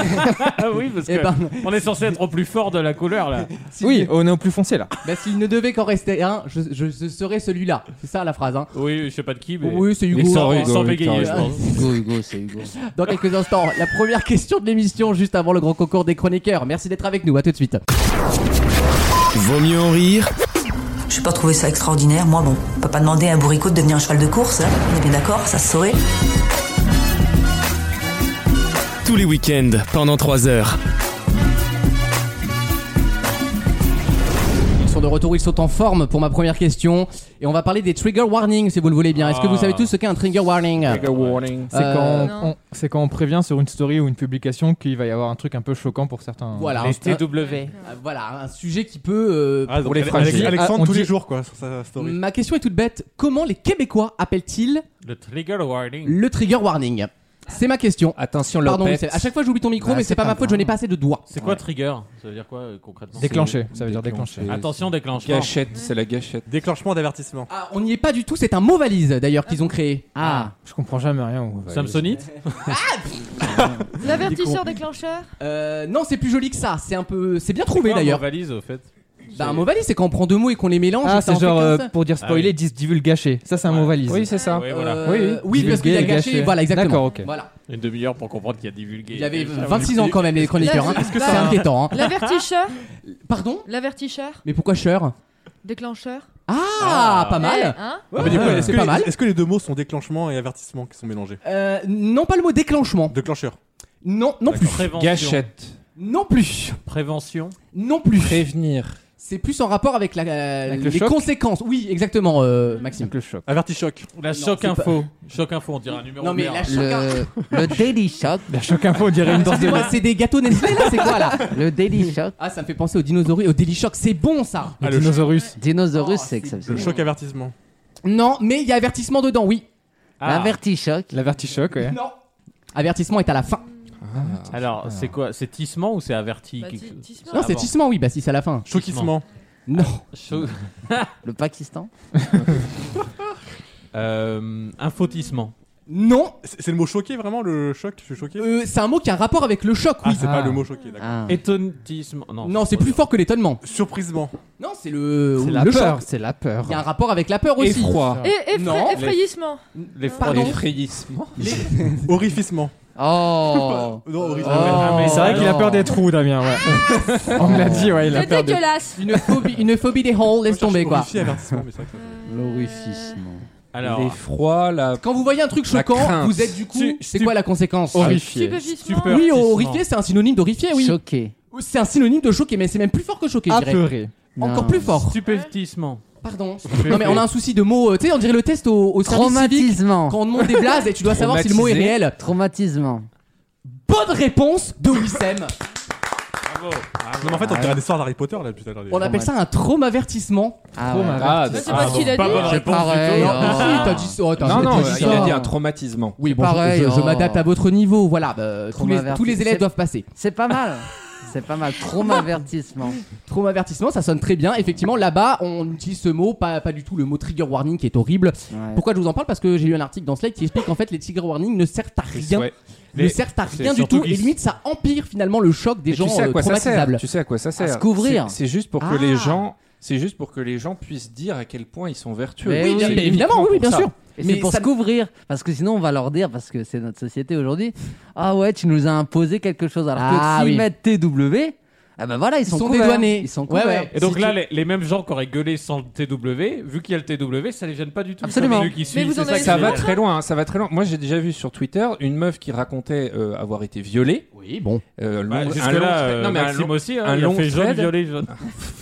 Speaker 5: oui, parce
Speaker 2: Eh
Speaker 5: que
Speaker 2: ben,
Speaker 5: on est censé être au plus fort de la couleur là.
Speaker 2: si-
Speaker 8: Oui, on est au plus foncé là.
Speaker 2: Bah, s'il ne devait qu'en rester un, je, je- ce serait celui-là. C'est ça la phrase. Hein.
Speaker 5: Oui, je sais pas de qui, mais.
Speaker 2: Oui, c'est Hugo.
Speaker 5: Sans,
Speaker 3: Hugo,
Speaker 5: sans
Speaker 3: Victor
Speaker 5: bégayer, je
Speaker 2: Hugo.
Speaker 5: pense.
Speaker 4: Hugo, Hugo, c'est Hugo.
Speaker 2: Dans quelques instants, la première question de l'émission, juste avant le grand concours des chroniqueurs. Merci d'être avec nous. À tout de suite.
Speaker 1: Vaut mieux en rire
Speaker 9: J'ai pas trouvé ça extraordinaire, moi bon. On peut pas demander à un bourricot de devenir un cheval de course, hein. on est bien d'accord, ça se saurait.
Speaker 1: tous les week-ends pendant 3 heures.
Speaker 2: Ils sont de retour, ils sont en forme pour ma première question. Et on va parler des trigger warnings, si vous le voulez bien. Est-ce que vous
Speaker 5: Ah.
Speaker 2: savez tous ce qu'est un trigger warning
Speaker 8: C'est
Speaker 2: Euh,
Speaker 8: quand
Speaker 7: non.
Speaker 8: on, on- c'est quand on prévient sur une story ou une publication qu'il va y avoir un truc un peu choquant pour certains.
Speaker 2: Voilà,
Speaker 5: Les
Speaker 2: un-
Speaker 5: TW.
Speaker 2: un- voilà, un sujet qui peut. euh,
Speaker 5: Ah, donc
Speaker 6: les
Speaker 5: elle-
Speaker 6: Alex-
Speaker 5: elle-
Speaker 8: fragiles.
Speaker 6: Alexandre
Speaker 8: Ah, on
Speaker 6: tous
Speaker 8: dit-
Speaker 6: les jours, quoi, sur sa story.
Speaker 2: Ma question est toute bête. Comment les Québécois appellent-ils
Speaker 5: Le trigger warning.
Speaker 2: le trigger warning C'est ma question.
Speaker 3: Attention,
Speaker 2: Pardon,
Speaker 3: Lopette.
Speaker 2: Michel, à chaque fois j'oublie ton micro,
Speaker 4: Bah,
Speaker 2: mais c'est
Speaker 4: c'est
Speaker 2: pas,
Speaker 4: pas
Speaker 2: ma faute, je n'ai pas assez de doigts.
Speaker 5: C'est quoi trigger Ça veut dire quoi euh, concrètement
Speaker 8: Déclenché, ça veut dire déclenché.
Speaker 5: Attention, déclenchement.
Speaker 3: Gâchette, c'est la gâchette.
Speaker 6: Déclenchement d'avertissement.
Speaker 2: Ah, on n'y est pas du tout, c'est un mot valise d'ailleurs qu'ils ont créé.
Speaker 4: Ah,
Speaker 8: Je comprends jamais rien. au-
Speaker 5: Samsonite
Speaker 7: L'avertisseur déclencheur.
Speaker 2: Euh, non, c'est plus joli que ça, c'est un peu. C'est bien trouvé
Speaker 5: Quoi, un
Speaker 2: d'ailleurs.
Speaker 5: mot valise au fait.
Speaker 2: Bah, un mot valise, c'est quand on prend deux mots et qu'on les mélange.
Speaker 8: Ah,
Speaker 2: et ça en
Speaker 8: c'est
Speaker 2: fait
Speaker 8: genre
Speaker 2: qu'un
Speaker 8: euh,
Speaker 2: seul.
Speaker 8: pour dire spoiler,
Speaker 5: Ah oui.
Speaker 8: ils disent divulgue gâché. Ça, c'est un mot valise.
Speaker 3: Oui, c'est ça.
Speaker 5: Oui, voilà.
Speaker 2: Euh, oui, parce qu'il y a
Speaker 8: Divulguer,
Speaker 2: gâché,
Speaker 8: gâcher.
Speaker 2: voilà, exactement.
Speaker 8: D'accord, ok.
Speaker 2: Voilà.
Speaker 5: Une demi-heure pour comprendre qu'il y a divulgué. Ah
Speaker 2: Il avait 26 ans quand même, les chroniqueurs. hein.
Speaker 7: Est-ce
Speaker 2: C'est
Speaker 7: que ça-
Speaker 2: inquiétant. hein.
Speaker 7: L'avertisseur.
Speaker 2: Pardon
Speaker 7: L'avertisseur.
Speaker 2: Mais pourquoi Cher
Speaker 7: Déclencheur.
Speaker 2: Ah, pas
Speaker 7: Eh,
Speaker 2: mal.
Speaker 7: hein
Speaker 6: Ah, mais du coup,
Speaker 2: Ouais,
Speaker 6: est-ce
Speaker 2: c'est
Speaker 6: que
Speaker 2: pas
Speaker 6: les-
Speaker 2: mal.
Speaker 6: Est-ce que les deux mots sont déclenchement et avertissement qui sont mélangés
Speaker 2: Euh, non, pas le mot déclenchement.
Speaker 6: Déclencheur.
Speaker 2: Non, non plus.
Speaker 5: Prévention.
Speaker 3: Gâchette.
Speaker 2: Non plus.
Speaker 5: Prévention.
Speaker 2: Non plus.
Speaker 3: Prévenir.
Speaker 2: C'est plus en rapport avec, la, euh,
Speaker 8: Avec le
Speaker 2: les
Speaker 8: choc
Speaker 2: conséquences. Oui, exactement, euh, Maxime.
Speaker 8: Avec le choc.
Speaker 6: Avertichoc.
Speaker 5: La
Speaker 2: Non,
Speaker 5: choc
Speaker 2: c'est pas-
Speaker 5: info. Choc info, on dirait un numéro
Speaker 2: Non,
Speaker 5: de
Speaker 2: mais
Speaker 5: merde.
Speaker 2: la choc.
Speaker 4: le, le Daily Shock.
Speaker 8: La Bah, choc info, on dirait une danse de
Speaker 2: Excusez-moi, c'est des gâteaux Nestlé là, c'est quoi là
Speaker 4: Le Daily Shock.
Speaker 2: Ah, ça me fait penser aux dinosaures, au Daily Shock, c'est bon ça.
Speaker 8: le dinosaurus.
Speaker 4: Dinosaurus,
Speaker 2: Oh, c'est
Speaker 4: c'est
Speaker 6: Le
Speaker 4: exceptionnel.
Speaker 6: choc avertissement.
Speaker 2: Non, mais il y a avertissement dedans, oui.
Speaker 5: Ah,
Speaker 4: L'avertishock.
Speaker 8: L'avertichoc, ouais.
Speaker 2: Non. Avertissement est à la fin.
Speaker 3: Ah.
Speaker 5: alors, c'est quoi C'est tissement ou c'est averti
Speaker 7: Bah,
Speaker 5: quelque
Speaker 7: ti-
Speaker 5: chose
Speaker 7: tissement.
Speaker 2: Non, c'est
Speaker 5: bon.
Speaker 2: tissement, oui, bah si c'est à la fin.
Speaker 6: Choquissement.
Speaker 2: Non.
Speaker 5: Cho-
Speaker 4: Le Pakistan.
Speaker 5: Euh, infotissement.
Speaker 2: Non,
Speaker 6: C'est c'est le mot choqué vraiment le choc Je suis choqué
Speaker 2: euh, c'est un mot qui a un rapport avec le choc, oui.
Speaker 6: Ah, c'est pas
Speaker 8: Ah.
Speaker 6: le mot choqué, d'accord.
Speaker 4: Ah.
Speaker 5: Étonnisme. Non,
Speaker 2: Ah, Non, c'est plus fort que l'étonnement.
Speaker 6: Surprisement.
Speaker 2: Non, c'est le,
Speaker 8: C'est
Speaker 2: le
Speaker 8: la
Speaker 2: choc.
Speaker 8: peur. C'est la peur.
Speaker 2: Il y a un rapport avec la peur aussi.
Speaker 3: Effroi.
Speaker 7: Et Eh, effra-
Speaker 2: Non, les-
Speaker 7: effrayissement.
Speaker 5: Les
Speaker 2: Pardon.
Speaker 3: Effrayissement.
Speaker 6: Horrifissement.
Speaker 4: Oh
Speaker 6: Non, horrifissement.
Speaker 5: Ah, mais
Speaker 4: Oh,
Speaker 8: C'est vrai qu'il a peur des trous, Damien. Ouais. on me l'a dit, ouais, il a
Speaker 7: C'est
Speaker 8: peur des
Speaker 7: dégueulasse.
Speaker 2: Une phobie, une phobie des halls, laisse tomber quoi.
Speaker 6: Horrifié, avertissement, mais c'est vrai que ça-
Speaker 4: L'horrifissement.
Speaker 5: Alors,
Speaker 3: L'effroi, la.
Speaker 2: Quand vous voyez un truc
Speaker 3: La
Speaker 2: choquant,
Speaker 3: crainte.
Speaker 2: vous êtes du coup,
Speaker 5: Tu-
Speaker 2: c'est
Speaker 5: tu-
Speaker 2: quoi la conséquence
Speaker 4: Ah,
Speaker 8: Horrifié.
Speaker 7: Stupéfissement.
Speaker 5: Stupeur.
Speaker 2: Oui,
Speaker 5: Avertissement.
Speaker 2: horrifié, c'est un synonyme d'horrifié, oui.
Speaker 4: Choqué.
Speaker 2: C'est un synonyme de choqué, mais c'est même plus fort que choqué,
Speaker 4: Ah,
Speaker 2: je dirais.
Speaker 8: Apeuré.
Speaker 2: Encore
Speaker 4: Non.
Speaker 2: plus fort.
Speaker 5: stupéfissement.
Speaker 2: Pardon. Non, mais on a un souci de mots. euh, Tu sais, on dirait le test au, au service civique.
Speaker 4: Traumatisement.
Speaker 2: Quand on demande des blases et tu dois savoir si le mot est
Speaker 3: Traumatisé.
Speaker 2: réel.
Speaker 4: Traumatisement.
Speaker 2: Bonne réponse de Wissem.
Speaker 5: Bravo. Bravo.
Speaker 6: Non, mais en fait, on dirait des histoires d'Harry Potter là, putain.
Speaker 2: On appelle ça un traumavertissement.
Speaker 4: Ah
Speaker 8: Trauma.
Speaker 4: ouais.
Speaker 3: Ah,
Speaker 7: C'est
Speaker 3: d'accord.
Speaker 7: pas ce qu'il a
Speaker 5: Pas bonne
Speaker 7: dit.
Speaker 4: C'est
Speaker 5: réponse
Speaker 4: pareil.
Speaker 5: du tout.
Speaker 4: hein.
Speaker 2: Si, t'as dit ça. Oh, t'as-
Speaker 3: Non,
Speaker 2: j'ai
Speaker 3: non,
Speaker 2: dit
Speaker 3: il
Speaker 2: ça.
Speaker 3: a dit un traumatisement.
Speaker 2: Oui, bon,
Speaker 4: pareil,
Speaker 2: je, je
Speaker 4: oh.
Speaker 2: m'adapte à votre niveau. Voilà, bah, tous, les,
Speaker 4: Traumaverti-
Speaker 2: tous les élèves
Speaker 4: c'est-
Speaker 2: doivent passer.
Speaker 4: C'est pas mal. C'est pas mal. Traumavertissement.
Speaker 2: Trauma avertissement, ça sonne très bien. Effectivement, là-bas, on utilise ce mot, pas, pas du tout le mot trigger warning qui est horrible.
Speaker 4: Ouais.
Speaker 2: Pourquoi je vous en parle Parce que j'ai lu un article dans Slate qui explique qu'en fait, les trigger warnings ne servent à rien.
Speaker 5: Ouais.
Speaker 2: Ne
Speaker 5: Les-
Speaker 2: servent à
Speaker 5: c'est
Speaker 2: rien du
Speaker 5: surtout
Speaker 2: tout. Et
Speaker 5: qu'ils-
Speaker 2: limite, ça empire finalement le choc des
Speaker 3: Mais
Speaker 2: gens
Speaker 3: tu sais à
Speaker 2: euh,
Speaker 3: quoi ça sert.
Speaker 2: traumatisables.
Speaker 3: Tu sais à quoi ça sert.
Speaker 4: se couvrir.
Speaker 3: C'est c'est juste pour que
Speaker 2: Ah.
Speaker 3: les gens, c'est juste pour que les gens puissent dire à quel point ils sont vertueux.
Speaker 4: Mais
Speaker 2: Oui,
Speaker 4: oui,
Speaker 2: bien-
Speaker 3: C'est
Speaker 2: mais évidemment,
Speaker 3: uniquement
Speaker 2: oui, oui,
Speaker 3: pour
Speaker 2: bien
Speaker 3: ça.
Speaker 2: sûr.
Speaker 4: Et
Speaker 2: Mais
Speaker 4: c'est pour
Speaker 2: ça-
Speaker 4: se couvrir, parce que sinon on va leur dire, parce que c'est notre société aujourd'hui, ah ouais, tu nous as imposé quelque chose. Alors
Speaker 2: Ah
Speaker 4: que s'ils
Speaker 2: oui.
Speaker 4: mettent TW, ah ben voilà, ils
Speaker 2: Ils
Speaker 4: sont,
Speaker 2: sont
Speaker 4: couverts.
Speaker 2: dédouanés.
Speaker 4: Ils sont
Speaker 2: Ouais,
Speaker 4: couverts.
Speaker 2: ouais.
Speaker 5: Et donc
Speaker 2: Si
Speaker 5: là,
Speaker 2: tu-
Speaker 5: les, les mêmes gens qui auraient gueulé sans le TW, vu qu'il y a le TW, ça les gêne pas du tout.
Speaker 4: Absolument.
Speaker 5: Celui qui suit,
Speaker 7: vous
Speaker 5: c'est
Speaker 7: en
Speaker 5: ça
Speaker 7: avez
Speaker 5: qui
Speaker 3: Ça
Speaker 5: les
Speaker 3: va
Speaker 5: gêne.
Speaker 3: très loin, hein, ça va très loin. Moi, j'ai déjà vu sur Twitter une meuf qui racontait euh, avoir été violée.
Speaker 2: Oui, bon.
Speaker 3: euh, long-
Speaker 5: Bah,
Speaker 3: un
Speaker 5: Jusque
Speaker 3: long
Speaker 5: là,
Speaker 3: thread-
Speaker 5: euh,
Speaker 3: non, mais un
Speaker 5: Maxime
Speaker 3: long-
Speaker 5: aussi, hein,
Speaker 3: un
Speaker 5: il
Speaker 3: long
Speaker 5: a fait jaune,
Speaker 3: thread.
Speaker 5: violet, jaune.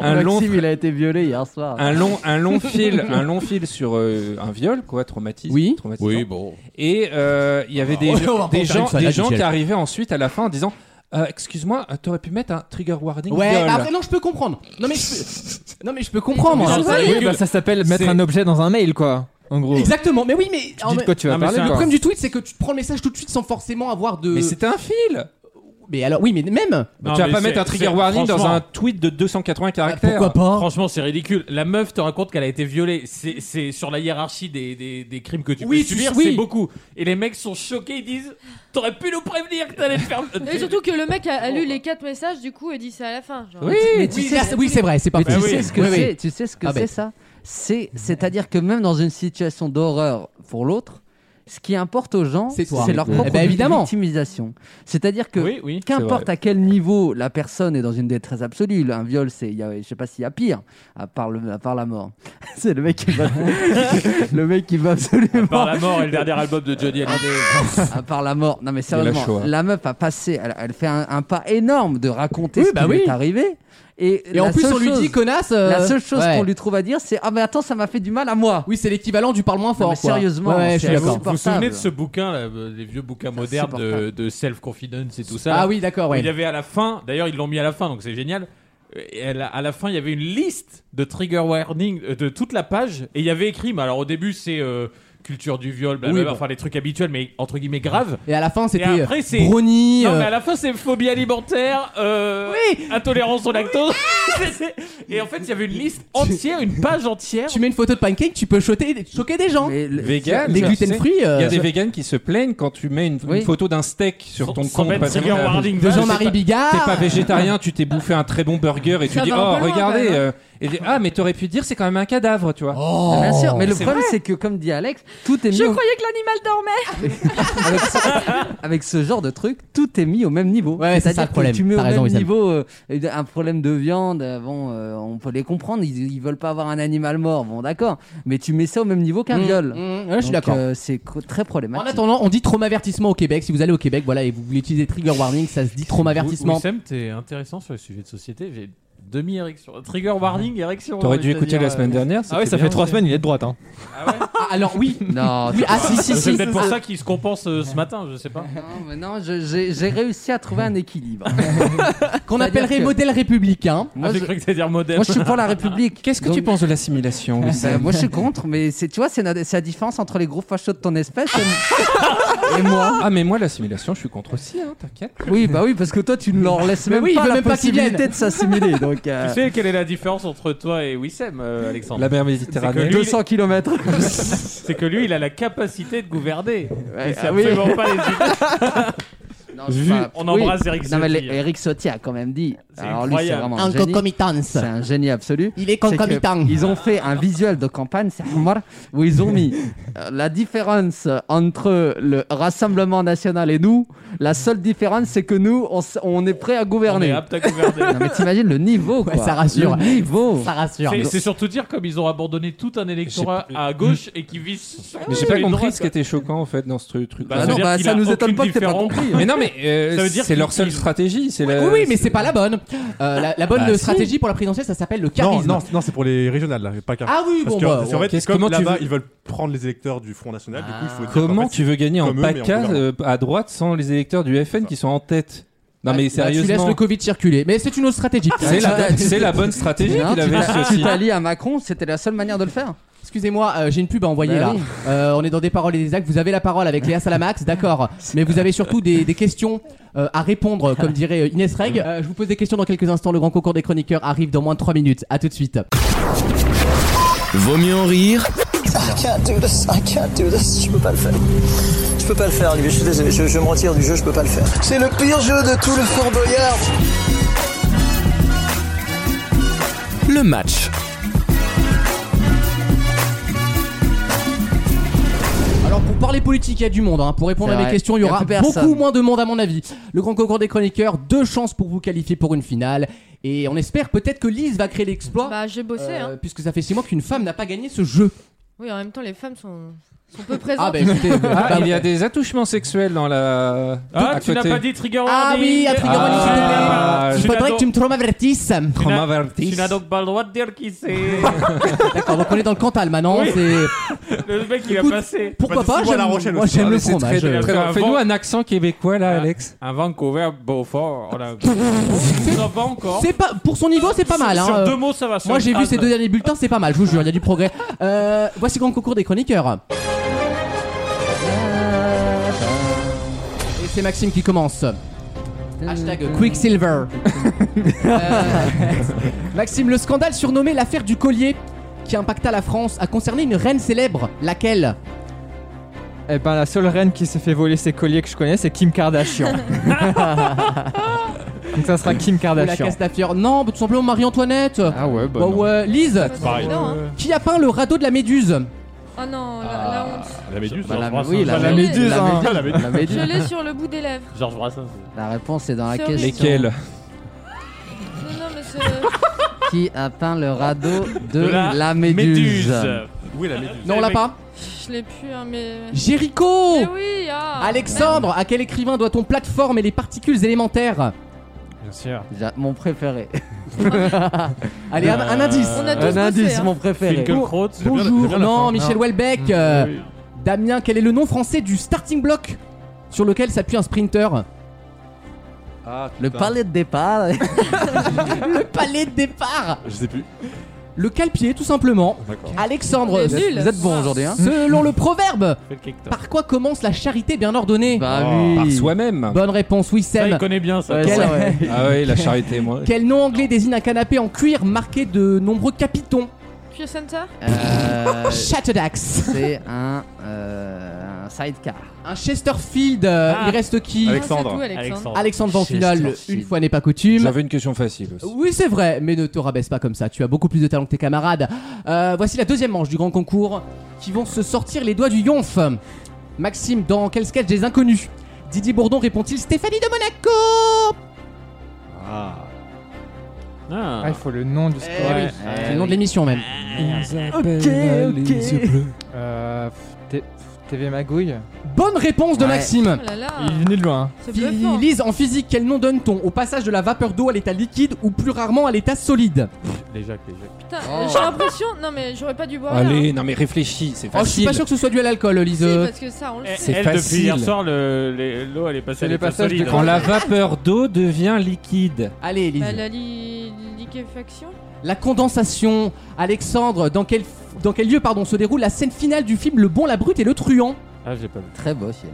Speaker 3: un long
Speaker 4: Maxime, il a été violé hier soir.
Speaker 3: un long, un long fil, un long fil sur euh, un viol, quoi, traumatisme.
Speaker 2: Oui.
Speaker 3: traumatisant.
Speaker 5: bon.
Speaker 3: Et euh, il y avait des,
Speaker 2: Ah, ouais, on va pas
Speaker 3: des
Speaker 2: en faire
Speaker 3: gens,
Speaker 2: une salade,
Speaker 3: des gens qui
Speaker 2: Michel.
Speaker 3: arrivaient ensuite à la fin en disant Euh, Excuse-moi, euh, t'aurais pu mettre un trigger warning
Speaker 2: Ouais, bah,
Speaker 3: viol.
Speaker 2: après, non, je peux comprendre. Non, mais je peux, non, mais je peux comprendre.
Speaker 5: Mais ça, ça-
Speaker 8: Oui, bah, ça s'appelle mettre
Speaker 5: C'est-
Speaker 8: un objet dans un mail, quoi. En gros.
Speaker 2: Exactement, mais oui, mais.
Speaker 8: Tu dis de quoi tu vas
Speaker 5: Non, mais
Speaker 8: parler,
Speaker 5: c'est un-
Speaker 2: Le
Speaker 8: quoi.
Speaker 2: problème du tweet, c'est que tu te prends le message tout de suite sans forcément avoir de.
Speaker 3: Mais c'était un fil
Speaker 2: Mais alors, oui, mais même. euh,
Speaker 3: Bah,
Speaker 5: Non,
Speaker 3: Tu vas
Speaker 5: mais
Speaker 3: pas
Speaker 5: c'est-
Speaker 3: mettre un trigger
Speaker 5: c'est-
Speaker 3: warning dans
Speaker 5: franchement-
Speaker 3: un tweet de 280 caractères.
Speaker 2: pas
Speaker 5: Franchement, c'est ridicule. La meuf te raconte qu'elle a été violée. C'est- C'est sur la hiérarchie des, des, des crimes que tu
Speaker 2: Oui,
Speaker 5: peux
Speaker 2: tu-
Speaker 5: subir,
Speaker 2: oui.
Speaker 5: c'est beaucoup. Et les mecs sont choqués, ils disent T'aurais pu nous prévenir que t'allais te faire.
Speaker 7: Et surtout que le mec a, a lu les quatre messages, du coup, et dit ça à la fin. genre.
Speaker 3: Oui,
Speaker 2: mais
Speaker 7: tu
Speaker 2: oui,
Speaker 7: sais-
Speaker 2: là, oui, c'est vrai, c'est pas
Speaker 4: Mais tu
Speaker 5: Bah
Speaker 2: possible.
Speaker 4: sais
Speaker 5: oui.
Speaker 4: ce que
Speaker 2: Oui, oui.
Speaker 4: c'est, tu sais ce que
Speaker 2: Ah ben.
Speaker 4: c'est ça C'est c'est-à-dire que même dans une situation d'horreur pour l'autre, ce qui importe aux gens,
Speaker 2: C'est
Speaker 4: c'est
Speaker 2: toi.
Speaker 4: leur
Speaker 2: Eh
Speaker 4: propre
Speaker 2: ben, évidemment.
Speaker 4: victimisation. C'est-à-dire que
Speaker 5: Oui, oui.
Speaker 4: Qu'importe à quel niveau la personne est dans une détresse absolue, là, un viol, c'est, il y a- je sais pas s'il y a pire, à part, le, à part la mort. c'est le mec qui va, le mec qui va absolument,
Speaker 5: Par la mort et le dernier album de Johnny
Speaker 2: Ah,
Speaker 5: Hallyday.
Speaker 4: à part la mort. Non mais
Speaker 3: y a la
Speaker 4: sérieusement,
Speaker 3: Shoah.
Speaker 4: la meuf a passé, elle, elle fait un, un pas énorme de raconter
Speaker 2: Oui,
Speaker 4: ce
Speaker 2: bah
Speaker 4: qui lui
Speaker 2: oui.
Speaker 4: est arrivé. Et,
Speaker 2: Et
Speaker 4: la
Speaker 2: en plus,
Speaker 4: seule
Speaker 2: on lui
Speaker 4: chose-
Speaker 2: dit connasse. euh,
Speaker 4: la seule chose
Speaker 2: ouais.
Speaker 4: qu'on lui trouve à dire, c'est ah mais attends, ça m'a fait du mal à moi.
Speaker 2: Oui, c'est l'équivalent du parle moins fort.
Speaker 4: mais
Speaker 2: quoi.
Speaker 4: sérieusement,
Speaker 2: Ouais, ouais, je suis
Speaker 4: c'est-
Speaker 2: d'accord.
Speaker 5: Vous vous souvenez
Speaker 4: Insupportable.
Speaker 5: de ce bouquin, là, euh, les vieux bouquins modernes de, de self-confidence et tout ça
Speaker 2: Ah
Speaker 5: là,
Speaker 2: oui, d'accord,
Speaker 5: où
Speaker 2: ouais.
Speaker 5: Il y avait à la fin, d'ailleurs ils l'ont mis à la fin, donc c'est génial. euh, et à la- à la fin, il y avait une liste de trigger warning euh, de toute la page, et il y avait écrit. Mais alors au début, c'est euh, culture du viol, blablabla,
Speaker 2: Oui, bon.
Speaker 5: enfin les trucs habituels, mais entre guillemets graves.
Speaker 2: Et à la fin, c'était
Speaker 5: Et après,
Speaker 2: euh,
Speaker 5: c'est-
Speaker 2: Brownie.
Speaker 5: Non,
Speaker 2: euh,
Speaker 5: mais à la fin, c'est phobie alimentaire, euh, intolérance au lactose.
Speaker 2: Ah,
Speaker 5: C'est- et en fait, il y avait une liste entière, une page entière.
Speaker 2: Tu mets une photo de pancake, tu peux choquer, choquer des gens.
Speaker 4: Mais le-
Speaker 3: Vegan,
Speaker 2: Les
Speaker 3: tu sais,
Speaker 2: gluten free.
Speaker 3: Il y a
Speaker 2: euh,
Speaker 3: des véganes qui se plaignent quand tu mets une, une
Speaker 4: Oui.
Speaker 3: photo d'un steak
Speaker 5: Sans-
Speaker 3: sur ton
Speaker 5: sans
Speaker 3: compte.
Speaker 5: mettre
Speaker 3: parce que
Speaker 5: trigger
Speaker 3: t'as-
Speaker 5: warning,
Speaker 2: de
Speaker 5: bah,
Speaker 2: Jean-Marie
Speaker 3: T'es pas
Speaker 2: Bigard.
Speaker 3: végétarien, tu t'es bouffé un très bon burger et tu
Speaker 7: Ça
Speaker 3: dis
Speaker 7: va un
Speaker 3: oh
Speaker 7: peu loin,
Speaker 3: regardez
Speaker 7: quand même, hein.
Speaker 3: euh, et dis, ah mais t'aurais pu dire c'est quand même un cadavre tu vois.
Speaker 2: Oh.
Speaker 4: Bien sûr, mais le
Speaker 3: C'est
Speaker 4: problème c'est que comme dit Alex, tout est mis
Speaker 7: Je
Speaker 4: au-
Speaker 7: croyais que l'animal dormait.
Speaker 4: avec, ce, avec ce genre de truc, tout est mis au même niveau.
Speaker 2: Ouais, c'est ça,
Speaker 4: C'est-à-dire
Speaker 2: le problème.
Speaker 4: que Tu mets au
Speaker 2: T'as raison,
Speaker 4: même
Speaker 2: Wissem.
Speaker 4: niveau euh, un problème de viande. euh, Bon, euh, on peut les comprendre. Ils, ils veulent pas avoir un animal mort. Bon, d'accord. Mais tu mets ça au même niveau qu'un
Speaker 2: Mmh,
Speaker 4: viol.
Speaker 2: mmh, ouais, je suis
Speaker 4: Donc,
Speaker 2: d'accord.
Speaker 4: euh, c'est co- très
Speaker 2: En
Speaker 4: problématique.
Speaker 2: attendant, on dit traumavertissement au Québec. Si vous allez au Québec, voilà, et vous voulez utiliser trigger warning, ça se dit traumavertissement.
Speaker 5: Wissem, t'es intéressant sur le sujet de société. J'ai demi érection, trigger warning, érection.
Speaker 3: T'aurais dû
Speaker 5: c'est-à-dire,
Speaker 3: écouter la
Speaker 5: euh,
Speaker 3: semaine dernière.
Speaker 8: Ah ouais,
Speaker 3: c'était
Speaker 8: ça
Speaker 3: bien.
Speaker 8: fait trois semaines, il est de droite. Hein.
Speaker 2: Ah, alors oui.
Speaker 4: Non,
Speaker 2: Oui, ah si si
Speaker 5: C'est
Speaker 2: si.
Speaker 5: peut-être pour ça qu'il se compense euh, ce matin, je sais pas.
Speaker 4: non, mais non, je- j'ai j'ai réussi à trouver
Speaker 2: Mmh.
Speaker 4: un équilibre.
Speaker 2: Qu'on
Speaker 4: C'est-à-dire
Speaker 2: appellerait
Speaker 4: que-
Speaker 2: modèle républicain.
Speaker 4: moi,
Speaker 5: ah, j'ai
Speaker 4: je,
Speaker 5: cru que t'allais dire modem.
Speaker 4: moi, je suis pour la République.
Speaker 3: Qu'est-ce que
Speaker 4: Donc,
Speaker 3: tu penses de l'assimilation oui,
Speaker 4: Bah, moi je suis contre, mais c'est tu vois, c'est na- c'est la différence entre les gros fachos de ton espèce et, et moi.
Speaker 3: Ah mais moi l'assimilation je suis contre aussi hein, t'inquiète.
Speaker 4: Oui, bah oui, parce que toi tu ne leur laisses
Speaker 2: Mais
Speaker 4: même
Speaker 2: oui, il
Speaker 4: pas
Speaker 2: veut
Speaker 4: la
Speaker 2: même pas qu'ils
Speaker 4: possibilité
Speaker 2: viennent.
Speaker 4: de s'assimiler. Donc euh,
Speaker 5: Tu sais quelle est la différence entre toi et Wissem, euh, Alexandre
Speaker 3: La mer
Speaker 5: C'est
Speaker 3: Méditerranée.
Speaker 5: que lui-
Speaker 4: 200 km.
Speaker 5: C'est que lui, il a la capacité de gouverner. Et c'est
Speaker 4: ah oui.
Speaker 5: absolument pas les idées.
Speaker 4: Vu-
Speaker 5: On embrasse Eric
Speaker 4: Non mais
Speaker 5: Ciotti. hein.
Speaker 4: les- Eric Sotti a quand même dit.
Speaker 5: C'est
Speaker 4: Alors lui c'est
Speaker 5: incroyable.
Speaker 4: vraiment un
Speaker 2: En
Speaker 4: génie.
Speaker 2: concomitance.
Speaker 4: C'est un génie absolu.
Speaker 2: Il est
Speaker 4: C'est que
Speaker 2: concomitant.
Speaker 4: Ils ont fait un visuel de campagne, c'est Omar, où ils ont mis euh, la différence entre le Rassemblement National et nous. La seule différence, c'est que nous, on, s- on est prêt à
Speaker 5: On est
Speaker 4: gouverner.
Speaker 5: apte à gouverner.
Speaker 4: Non mais t'imagines le niveau quoi.
Speaker 2: Ouais, ça rassure.
Speaker 4: Le niveau.
Speaker 2: Ça rassure.
Speaker 5: C'est- C'est surtout dire comme ils ont abandonné tout un électorat à gauche et qui vise sur
Speaker 3: Mais j'ai pas
Speaker 5: les
Speaker 3: compris
Speaker 5: droites,
Speaker 3: ce qui était choquant en fait dans ce tru- truc.
Speaker 5: Bah,
Speaker 4: Bah
Speaker 5: ça
Speaker 4: non,
Speaker 5: veut
Speaker 4: bah,
Speaker 5: dire
Speaker 4: ça
Speaker 5: qu'il
Speaker 4: nous
Speaker 5: a
Speaker 4: étonne
Speaker 5: aucune
Speaker 4: pas que t'aies pas
Speaker 5: différence.
Speaker 4: compris.
Speaker 3: Mais non mais euh,
Speaker 5: Ça veut dire
Speaker 3: c'est leur
Speaker 5: qu'il-
Speaker 3: seule stratégie c'est
Speaker 2: Oui,
Speaker 3: la.
Speaker 2: oui, mais c'est pas la bonne. Euh, la, la bonne
Speaker 3: Bah, si.
Speaker 2: stratégie pour la présidentielle, ça s'appelle le
Speaker 6: Non,
Speaker 2: charisme.
Speaker 6: non, non, c'est pour les régionales là, pas car.
Speaker 2: Ah oui,
Speaker 6: Parce
Speaker 2: bon,
Speaker 6: que
Speaker 2: bah,
Speaker 6: en fait,
Speaker 3: qu'est-ce-
Speaker 6: comme
Speaker 3: comment tu
Speaker 6: là-bas,
Speaker 3: veux-
Speaker 6: ils veulent prendre les électeurs du Front National,
Speaker 5: Ah,
Speaker 6: du coup, il faut. dire qu'en
Speaker 3: Comment
Speaker 6: fait,
Speaker 3: tu veux gagner en
Speaker 6: comme eux, mais en
Speaker 3: PACA
Speaker 6: gouvernement.
Speaker 3: euh, à droite sans les électeurs du FN qui sont en tête Non, mais
Speaker 2: Bah, tu laisses
Speaker 3: sérieusement,
Speaker 2: le Covid circuler. Mais c'est une autre stratégie.
Speaker 3: c'est la, c'est la bonne stratégie
Speaker 4: Non,
Speaker 3: qu'il
Speaker 4: tu
Speaker 3: avait,
Speaker 4: t'as-
Speaker 3: ceci.
Speaker 4: tu t'as lié à Macron, c'était la seule manière de le faire.
Speaker 2: Excusez-moi, euh, j'ai une pub à envoyer
Speaker 4: Bah
Speaker 2: là.
Speaker 4: oui.
Speaker 2: Euh, on est dans des paroles et des actes. Vous avez la parole avec Léa Salamax, d'accord. Mais vous avez surtout des, des questions euh, à répondre, comme dirait euh, Inès Reg. Euh, je vous pose des questions dans quelques instants. Le grand concours des chroniqueurs arrive dans moins de 3 minutes. À tout de suite.
Speaker 1: Vaut mieux en rire
Speaker 10: I can't do this, I can't do this, je peux pas le faire. Je peux pas le faire, Olivier, je suis désolé, je, je me retire du jeu, je peux pas le faire. C'est le pire jeu de tout le Fort Boyard.
Speaker 1: le match.
Speaker 2: Alors pour parler politique, il y a du monde. hein. Pour répondre
Speaker 4: C'est
Speaker 2: à mes
Speaker 4: vrai.
Speaker 2: questions, il y
Speaker 4: Il y a
Speaker 2: aura
Speaker 4: plus personne.
Speaker 2: beaucoup moins de monde à mon avis. Le grand concours des chroniqueurs, deux chances pour vous qualifier pour une finale. Et on espère peut-être que Lise va créer l'exploit.
Speaker 7: Bah, j'ai bossé,
Speaker 2: euh,
Speaker 7: hein.
Speaker 2: Puisque ça fait 6 mois qu'une femme n'a pas gagné ce jeu.
Speaker 7: Oui, en même temps, les femmes sont, sont peu présentes.
Speaker 2: Ah bah écoutez,
Speaker 3: Ah,
Speaker 2: bah,
Speaker 3: il y a des attouchements sexuels dans la.
Speaker 5: Ah,
Speaker 3: à
Speaker 5: tu n'as
Speaker 3: côté.
Speaker 5: pas dit trigger
Speaker 2: Ah
Speaker 5: warning.
Speaker 2: oui, un trigger warning,
Speaker 5: hein.
Speaker 3: Ah,
Speaker 2: s'il te plaît.
Speaker 3: ah,
Speaker 2: Il
Speaker 5: tu n'as
Speaker 2: faudrait que
Speaker 5: donc-
Speaker 2: tu me traumavertisses.
Speaker 5: Tu n'as-
Speaker 3: Traumavertis.
Speaker 5: Tu n'as donc pas le droit de dire qui c'est.
Speaker 2: D'accord, donc on est dans le Cantal maintenant.
Speaker 5: Oui.
Speaker 2: c'est-
Speaker 5: le mec, il a
Speaker 2: Écoute,
Speaker 5: passé
Speaker 2: Pourquoi
Speaker 6: Bah,
Speaker 2: pas
Speaker 6: d'ici moi,
Speaker 2: j'aime-
Speaker 6: La Rochelle
Speaker 2: Moi
Speaker 6: aussi.
Speaker 2: j'aime
Speaker 3: Ah, mais
Speaker 2: le
Speaker 3: c'est très-
Speaker 2: fromage.
Speaker 3: très-
Speaker 5: euh,
Speaker 3: très- Fais-nous un accent québécois là,
Speaker 5: Ah.
Speaker 3: Alex.
Speaker 5: un Vancouver Beaufort. On a... On en va encore.
Speaker 2: C'est pas pour son niveau, c'est pas mal.
Speaker 5: Sur
Speaker 2: hein.
Speaker 5: deux mots, ça va. sur
Speaker 2: Moi j'ai
Speaker 5: une
Speaker 2: vu
Speaker 5: phrase.
Speaker 2: ces deux derniers bulletins, c'est pas mal. Je vous jure, il y a du progrès. Euh, voici le grand concours des chroniqueurs. Et c'est Maxime qui commence. Hashtag Quicksilver. Euh, Maxime, le scandale surnommé l'affaire du collier qui impacta la France a concerné une reine célèbre. Laquelle
Speaker 8: Eh ben, la seule reine qui s'est fait voler ses colliers que je connais, c'est Kim Kardashian. Donc ça sera Kim
Speaker 2: Ou La
Speaker 8: Kardashian.
Speaker 2: Castafiore Non, tout simplement Marie-Antoinette.
Speaker 8: Ah ouais, bah
Speaker 2: Bah
Speaker 8: non.
Speaker 2: ouais. Lise,
Speaker 7: C'est pas évident, hein.
Speaker 2: qui a peint le radeau de la Méduse
Speaker 7: Oh non, la, la honte.
Speaker 6: La méduse,
Speaker 4: Bah,
Speaker 6: Georges
Speaker 4: la-
Speaker 6: Brassens.
Speaker 4: oui, la-
Speaker 6: Bah,
Speaker 7: la méduse,
Speaker 6: la
Speaker 4: hein.
Speaker 6: méduse, la méduse.
Speaker 4: La, méduse.
Speaker 7: Je l'ai sur le bout des lèvres.
Speaker 5: Georges Brassens.
Speaker 4: La réponse est dans la
Speaker 7: C'est
Speaker 4: question.
Speaker 7: horrible.
Speaker 3: Lesquels
Speaker 7: Non, non, mais c'est.
Speaker 4: Qui a peint le radeau de,
Speaker 5: la
Speaker 4: la, méduse,
Speaker 6: Oui, la méduse.
Speaker 2: Non, on l'a
Speaker 5: mec.
Speaker 2: pas.
Speaker 7: Je l'ai plus, hein, mais.
Speaker 2: Jéricho
Speaker 7: Mais oui, ah
Speaker 2: Alexandre, à quel écrivain doit-on plateforme et les particules élémentaires
Speaker 5: Bien sûr.
Speaker 4: Ja- Mon préféré.
Speaker 2: Allez, un, un indice.
Speaker 7: On a tous
Speaker 4: Un
Speaker 7: bossé,
Speaker 4: indice,
Speaker 7: hein.
Speaker 4: mon préféré.
Speaker 5: Finkelkraut.
Speaker 2: Bonjour.
Speaker 6: bien la
Speaker 2: non,
Speaker 6: fin.
Speaker 2: Michel Houellebecq. euh, Damien, quel est le nom français du starting block sur lequel s'appuie un sprinter
Speaker 4: Le palais de départ.
Speaker 2: Le palais de départ.
Speaker 6: Je sais plus.
Speaker 2: Le calpier, tout simplement.
Speaker 6: D'accord.
Speaker 2: Alexandre,
Speaker 7: Mais nul.
Speaker 4: Vous êtes bon aujourd'hui, hein
Speaker 2: selon le proverbe,
Speaker 5: Finkelkraut.
Speaker 2: par quoi commence la charité bien ordonnée
Speaker 4: Bah
Speaker 6: Oh,
Speaker 4: oui.
Speaker 3: Par soi-même.
Speaker 2: Bonne réponse, oui,
Speaker 5: Ça,
Speaker 2: Sam.
Speaker 5: il connaît bien ça.
Speaker 4: Ouais,
Speaker 2: Quel-
Speaker 4: ça, ouais.
Speaker 3: Ah oui, la charité, moi.
Speaker 2: Quel nom anglais désigne un canapé en cuir marqué de nombreux capitons
Speaker 7: Piacenta
Speaker 4: Euh,
Speaker 2: Chatterdax.
Speaker 4: C'est un, euh, un sidecar.
Speaker 2: Un Chesterfield. euh,
Speaker 5: Ah.
Speaker 2: Il reste qui
Speaker 6: Avec- Alexandre.
Speaker 7: Ah, c'est tout, Alexandre.
Speaker 5: Alexandre.
Speaker 2: Alexandre Van Final,
Speaker 4: Chesterfield.
Speaker 2: une fois n'est pas coutume.
Speaker 3: J'avais une question facile aussi.
Speaker 2: Oui, c'est vrai, mais ne te rabaisse pas comme ça. Tu as beaucoup plus de talent que tes camarades. Euh, voici la deuxième manche du grand concours qui vont se sortir les doigts du yonf. Maxime, dans quel sketch des inconnus Didier Bourdon répond-il Stéphanie de Monaco
Speaker 6: Ah.
Speaker 5: Ah.
Speaker 8: Ah, il faut le nom du score.
Speaker 2: Eh oui. C'est le nom de l'émission même.
Speaker 8: Euh, pff, T- pff, TV Magouille.
Speaker 2: Bonne réponse de
Speaker 4: Ouais.
Speaker 2: Maxime.
Speaker 7: Oh là là
Speaker 8: Il est venu de loin. hein.
Speaker 7: C'est bluffant.
Speaker 2: Lise, en physique, quel nom donne-t-on au passage de la vapeur d'eau à l'état liquide ou plus rarement à l'état solide
Speaker 5: Les Jacques, les Jacques.
Speaker 7: Putain, euh, j'ai l'impression. Non, mais j'aurais pas dû boire. là,
Speaker 3: Allez, non mais réfléchis, c'est
Speaker 2: Oh, Je suis
Speaker 3: facile.
Speaker 2: pas sûr que ce soit dû à l'alcool,
Speaker 7: hein.
Speaker 2: Lise.
Speaker 7: Si, parce que ça, on le
Speaker 5: Elle,
Speaker 7: sait.
Speaker 3: C'est
Speaker 5: elle,
Speaker 3: facile.
Speaker 5: depuis hier soir, le- les- l'eau, elle est passée
Speaker 8: C'est
Speaker 5: à
Speaker 8: le
Speaker 5: l'état
Speaker 8: passage
Speaker 5: solide.
Speaker 8: du
Speaker 3: Quand la vapeur d'eau devient liquide.
Speaker 2: Allez, Lise.
Speaker 7: Bah, la li- liquéfaction
Speaker 2: La condensation. Alexandre, dans quel, dans quel lieu pardon, se déroule la scène finale du film Le Bon, la Brute et le Truand
Speaker 5: Ah, j'ai pas vu.
Speaker 4: Très beau film.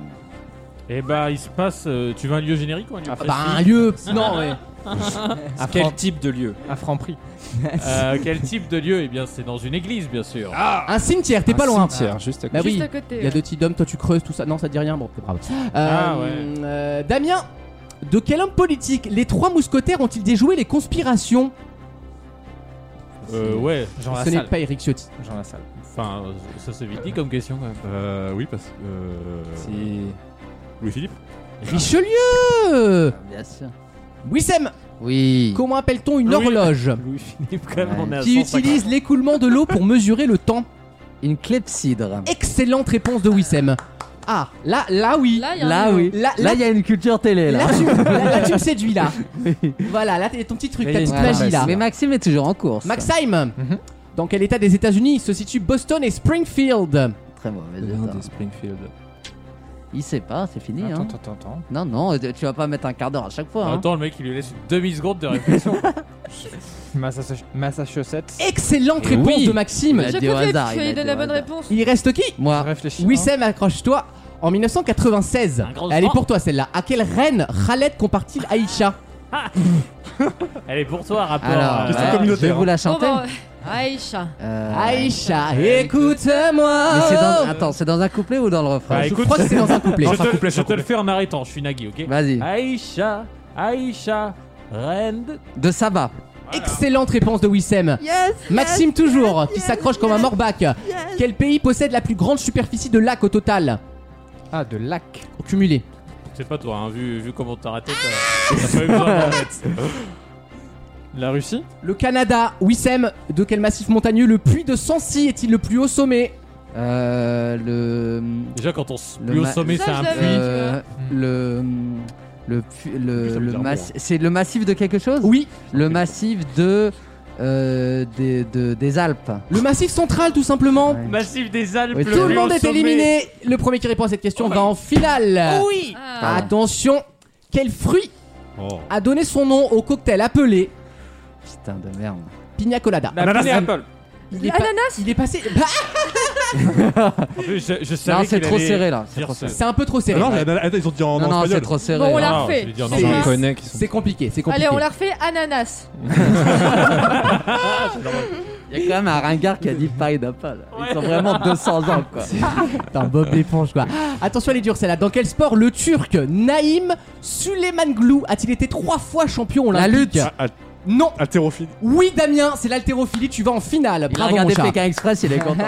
Speaker 5: Et bah, il se passe. euh, tu veux un lieu générique ou
Speaker 3: Ah,
Speaker 5: un lieu précis
Speaker 2: Bah, un lieu. Non, ouais.
Speaker 3: Quel type de lieu
Speaker 8: À Franprix.
Speaker 5: Euh, Quel type de lieu Eh bien, c'est dans une église, bien sûr.
Speaker 2: Un cimetière, t'es
Speaker 3: Un
Speaker 2: pas loin.
Speaker 3: cimetière, juste à
Speaker 2: Bah
Speaker 3: côté.
Speaker 7: Juste
Speaker 2: oui.
Speaker 7: à côté.
Speaker 2: Il y a deux petits d'hommes, toi tu creuses, tout ça. Non, ça te dit rien, bon, c'est brave. Euh,
Speaker 5: Ah, ouais.
Speaker 2: euh, Damien, de quel homme politique les trois mousquetaires ont-ils déjoué les conspirations
Speaker 5: Euh, ouais.
Speaker 8: Jean
Speaker 2: Ce n'est
Speaker 8: Lassalle.
Speaker 2: pas Eric Ciotti.
Speaker 8: Jean Lassalle.
Speaker 5: Enfin, euh, ça c'est vite dit comme question quand même.
Speaker 6: Euh, oui, parce que. euh,
Speaker 3: C'est-
Speaker 6: Louis-Philippe
Speaker 2: Richelieu
Speaker 4: Bien sûr.
Speaker 2: Wissem,
Speaker 4: Oui.
Speaker 2: comment appelle-t-on une
Speaker 5: Louis-
Speaker 2: horloge
Speaker 5: Louis-Philippe, quand
Speaker 4: même, on
Speaker 5: on
Speaker 4: est
Speaker 5: est
Speaker 2: qui utilise l'écoulement de l'eau pour mesurer le temps
Speaker 4: Une clepsydre.
Speaker 2: Excellente réponse de Wissem. Ah, là, là oui.
Speaker 7: Là, il y a un
Speaker 4: Là
Speaker 7: lieu.
Speaker 4: oui.
Speaker 2: Là-
Speaker 4: Là,
Speaker 2: là-
Speaker 4: il y a une culture télé là.
Speaker 2: Là, tu, là- là, tu me séduis là. Voilà, là t'as ton petit truc,
Speaker 3: Là,
Speaker 2: ta
Speaker 3: il y a
Speaker 2: petite
Speaker 3: une
Speaker 4: Voilà.
Speaker 2: magie là.
Speaker 4: Mais Maxime est toujours en course.
Speaker 2: Maxime,
Speaker 8: Mhm.
Speaker 2: dans quel état des États-Unis se situent Boston et Springfield
Speaker 4: Très mauvais.
Speaker 3: L'un
Speaker 4: état.
Speaker 3: des Springfield.
Speaker 4: Il sait pas, c'est fini.
Speaker 8: Attends,
Speaker 4: hein.
Speaker 8: attends, attends, attends.
Speaker 4: Non, non, euh, tu vas pas mettre un quart d'heure à chaque fois. hein.
Speaker 5: Attends, le mec, il lui laisse une demi-seconde de réflexion.
Speaker 8: Massach- Massachusetts.
Speaker 2: Excellente
Speaker 8: Eh
Speaker 2: réponse
Speaker 8: oui.
Speaker 2: de Maxime.
Speaker 4: Il a
Speaker 7: J'ai
Speaker 4: dit
Speaker 7: cru
Speaker 4: au
Speaker 7: que
Speaker 4: hasard,
Speaker 7: tu
Speaker 4: il a
Speaker 7: allais donner
Speaker 4: dit
Speaker 7: la
Speaker 4: au
Speaker 7: bonne
Speaker 4: hasard.
Speaker 7: réponse.
Speaker 2: Il reste qui
Speaker 4: Moi,
Speaker 8: Réfléchis.
Speaker 5: hein.
Speaker 2: Wissem, accroche-toi. En 1996,
Speaker 5: Un grand
Speaker 2: elle est
Speaker 5: sport.
Speaker 2: pour toi celle-là. À quelle reine Khaled compare-t-il Aïcha
Speaker 5: Elle est pour toi, rapport.
Speaker 4: alors,
Speaker 5: euh,
Speaker 6: Question
Speaker 4: bah, je vais
Speaker 6: communautaire,
Speaker 4: vous la
Speaker 7: Bon,
Speaker 4: chanter.
Speaker 7: bah, Aïcha.
Speaker 4: Euh,
Speaker 2: Aïcha,
Speaker 4: mais c'est dans-
Speaker 2: écoute-moi.
Speaker 4: Attends, c'est dans un couplet ou dans le refrain
Speaker 5: Bah,
Speaker 2: Je
Speaker 5: écoute,
Speaker 2: crois que c'est dans un couplet.
Speaker 5: je, te, je te le fais en arrêtant, je suis Nagui, ok
Speaker 4: Vas-y.
Speaker 5: Aïcha, Aïcha, reine de-
Speaker 4: De Saba.
Speaker 2: Excellente réponse de Wissem.
Speaker 7: Yes
Speaker 2: Maxime toujours, qui s'accroche comme un morbac. Quel pays possède la plus grande superficie de lac au total
Speaker 8: Ah, de lac.
Speaker 2: Au Cumulé.
Speaker 5: C'est pas toi, hein, vu, vu comment t'as raté, t'as t'as pas eu besoin d'en mettre.
Speaker 8: La Russie
Speaker 2: Le Canada, Wissem, de quel massif montagneux le puits de Sancy est-il le plus haut sommet
Speaker 4: Euh, le.
Speaker 5: Déjà, quand on se
Speaker 4: Le
Speaker 5: plus au
Speaker 4: ma-
Speaker 5: sommet,
Speaker 7: Ça,
Speaker 5: c'est
Speaker 7: je
Speaker 5: un
Speaker 7: l'avais.
Speaker 5: puits.
Speaker 4: Euh, le. Le. pu-
Speaker 6: Ça
Speaker 4: Le.
Speaker 6: veut
Speaker 4: le
Speaker 6: dire
Speaker 4: mas-
Speaker 6: bon.
Speaker 4: C'est le massif de quelque chose
Speaker 2: Oui,
Speaker 4: Le massif de. euh, des, de- des Alpes.
Speaker 2: le massif central tout simplement.
Speaker 4: Ouais.
Speaker 5: Massif des Alpes,
Speaker 4: Oui,
Speaker 5: le
Speaker 2: Tout
Speaker 5: plus
Speaker 2: le monde
Speaker 5: haut
Speaker 2: est
Speaker 5: sommet.
Speaker 2: éliminé. Le premier qui répond à cette question va en finale.
Speaker 5: Oui
Speaker 7: Ah.
Speaker 2: Attention, quel fruit
Speaker 6: Oh.
Speaker 2: a donné son nom au cocktail appelé
Speaker 4: Putain de merde.
Speaker 2: Pina Colada
Speaker 5: La pineapple.
Speaker 2: Il est, pas-
Speaker 7: L'ananas
Speaker 2: il est passé. Bah,
Speaker 5: En plus, je, je savais
Speaker 4: Non, c'est
Speaker 5: qu'il
Speaker 4: trop
Speaker 5: allait
Speaker 4: serré là. C'est
Speaker 5: dire
Speaker 4: trop
Speaker 5: ce-
Speaker 4: serré.
Speaker 2: c'est un peu trop serré.
Speaker 6: non, la- la- attends, ils ont dit en,
Speaker 4: Non,
Speaker 6: en
Speaker 4: non, c'est
Speaker 6: espagnol.
Speaker 4: trop serré.
Speaker 7: Bon, on
Speaker 5: Ah,
Speaker 7: l'a
Speaker 5: je
Speaker 7: refait.
Speaker 5: vais dire non,
Speaker 7: C'est
Speaker 2: non,
Speaker 7: pas-
Speaker 3: J'en connais qui sont.
Speaker 2: C'est compliqué, c'est compliqué.
Speaker 7: Allez, on la refait. Ananas.
Speaker 4: Il y a quand même un ringard qui a dit paille d'Apple. Ils sont vraiment 200 ans quoi.
Speaker 2: Putain, Bob l'éponge quoi. Attention les durs celle-là. Dans quel sport le Turc Naïm Suleymanglu a-t-il été trois fois champion
Speaker 4: La
Speaker 2: olympique
Speaker 4: lutte.
Speaker 6: Ah,
Speaker 2: Non.
Speaker 6: Haltérophile.
Speaker 2: Oui Damien, c'est l'haltérophilie. Tu vas en finale.
Speaker 4: Il a
Speaker 2: Bravo mon
Speaker 4: regardé
Speaker 2: chat.
Speaker 4: Pékin Express, il est content.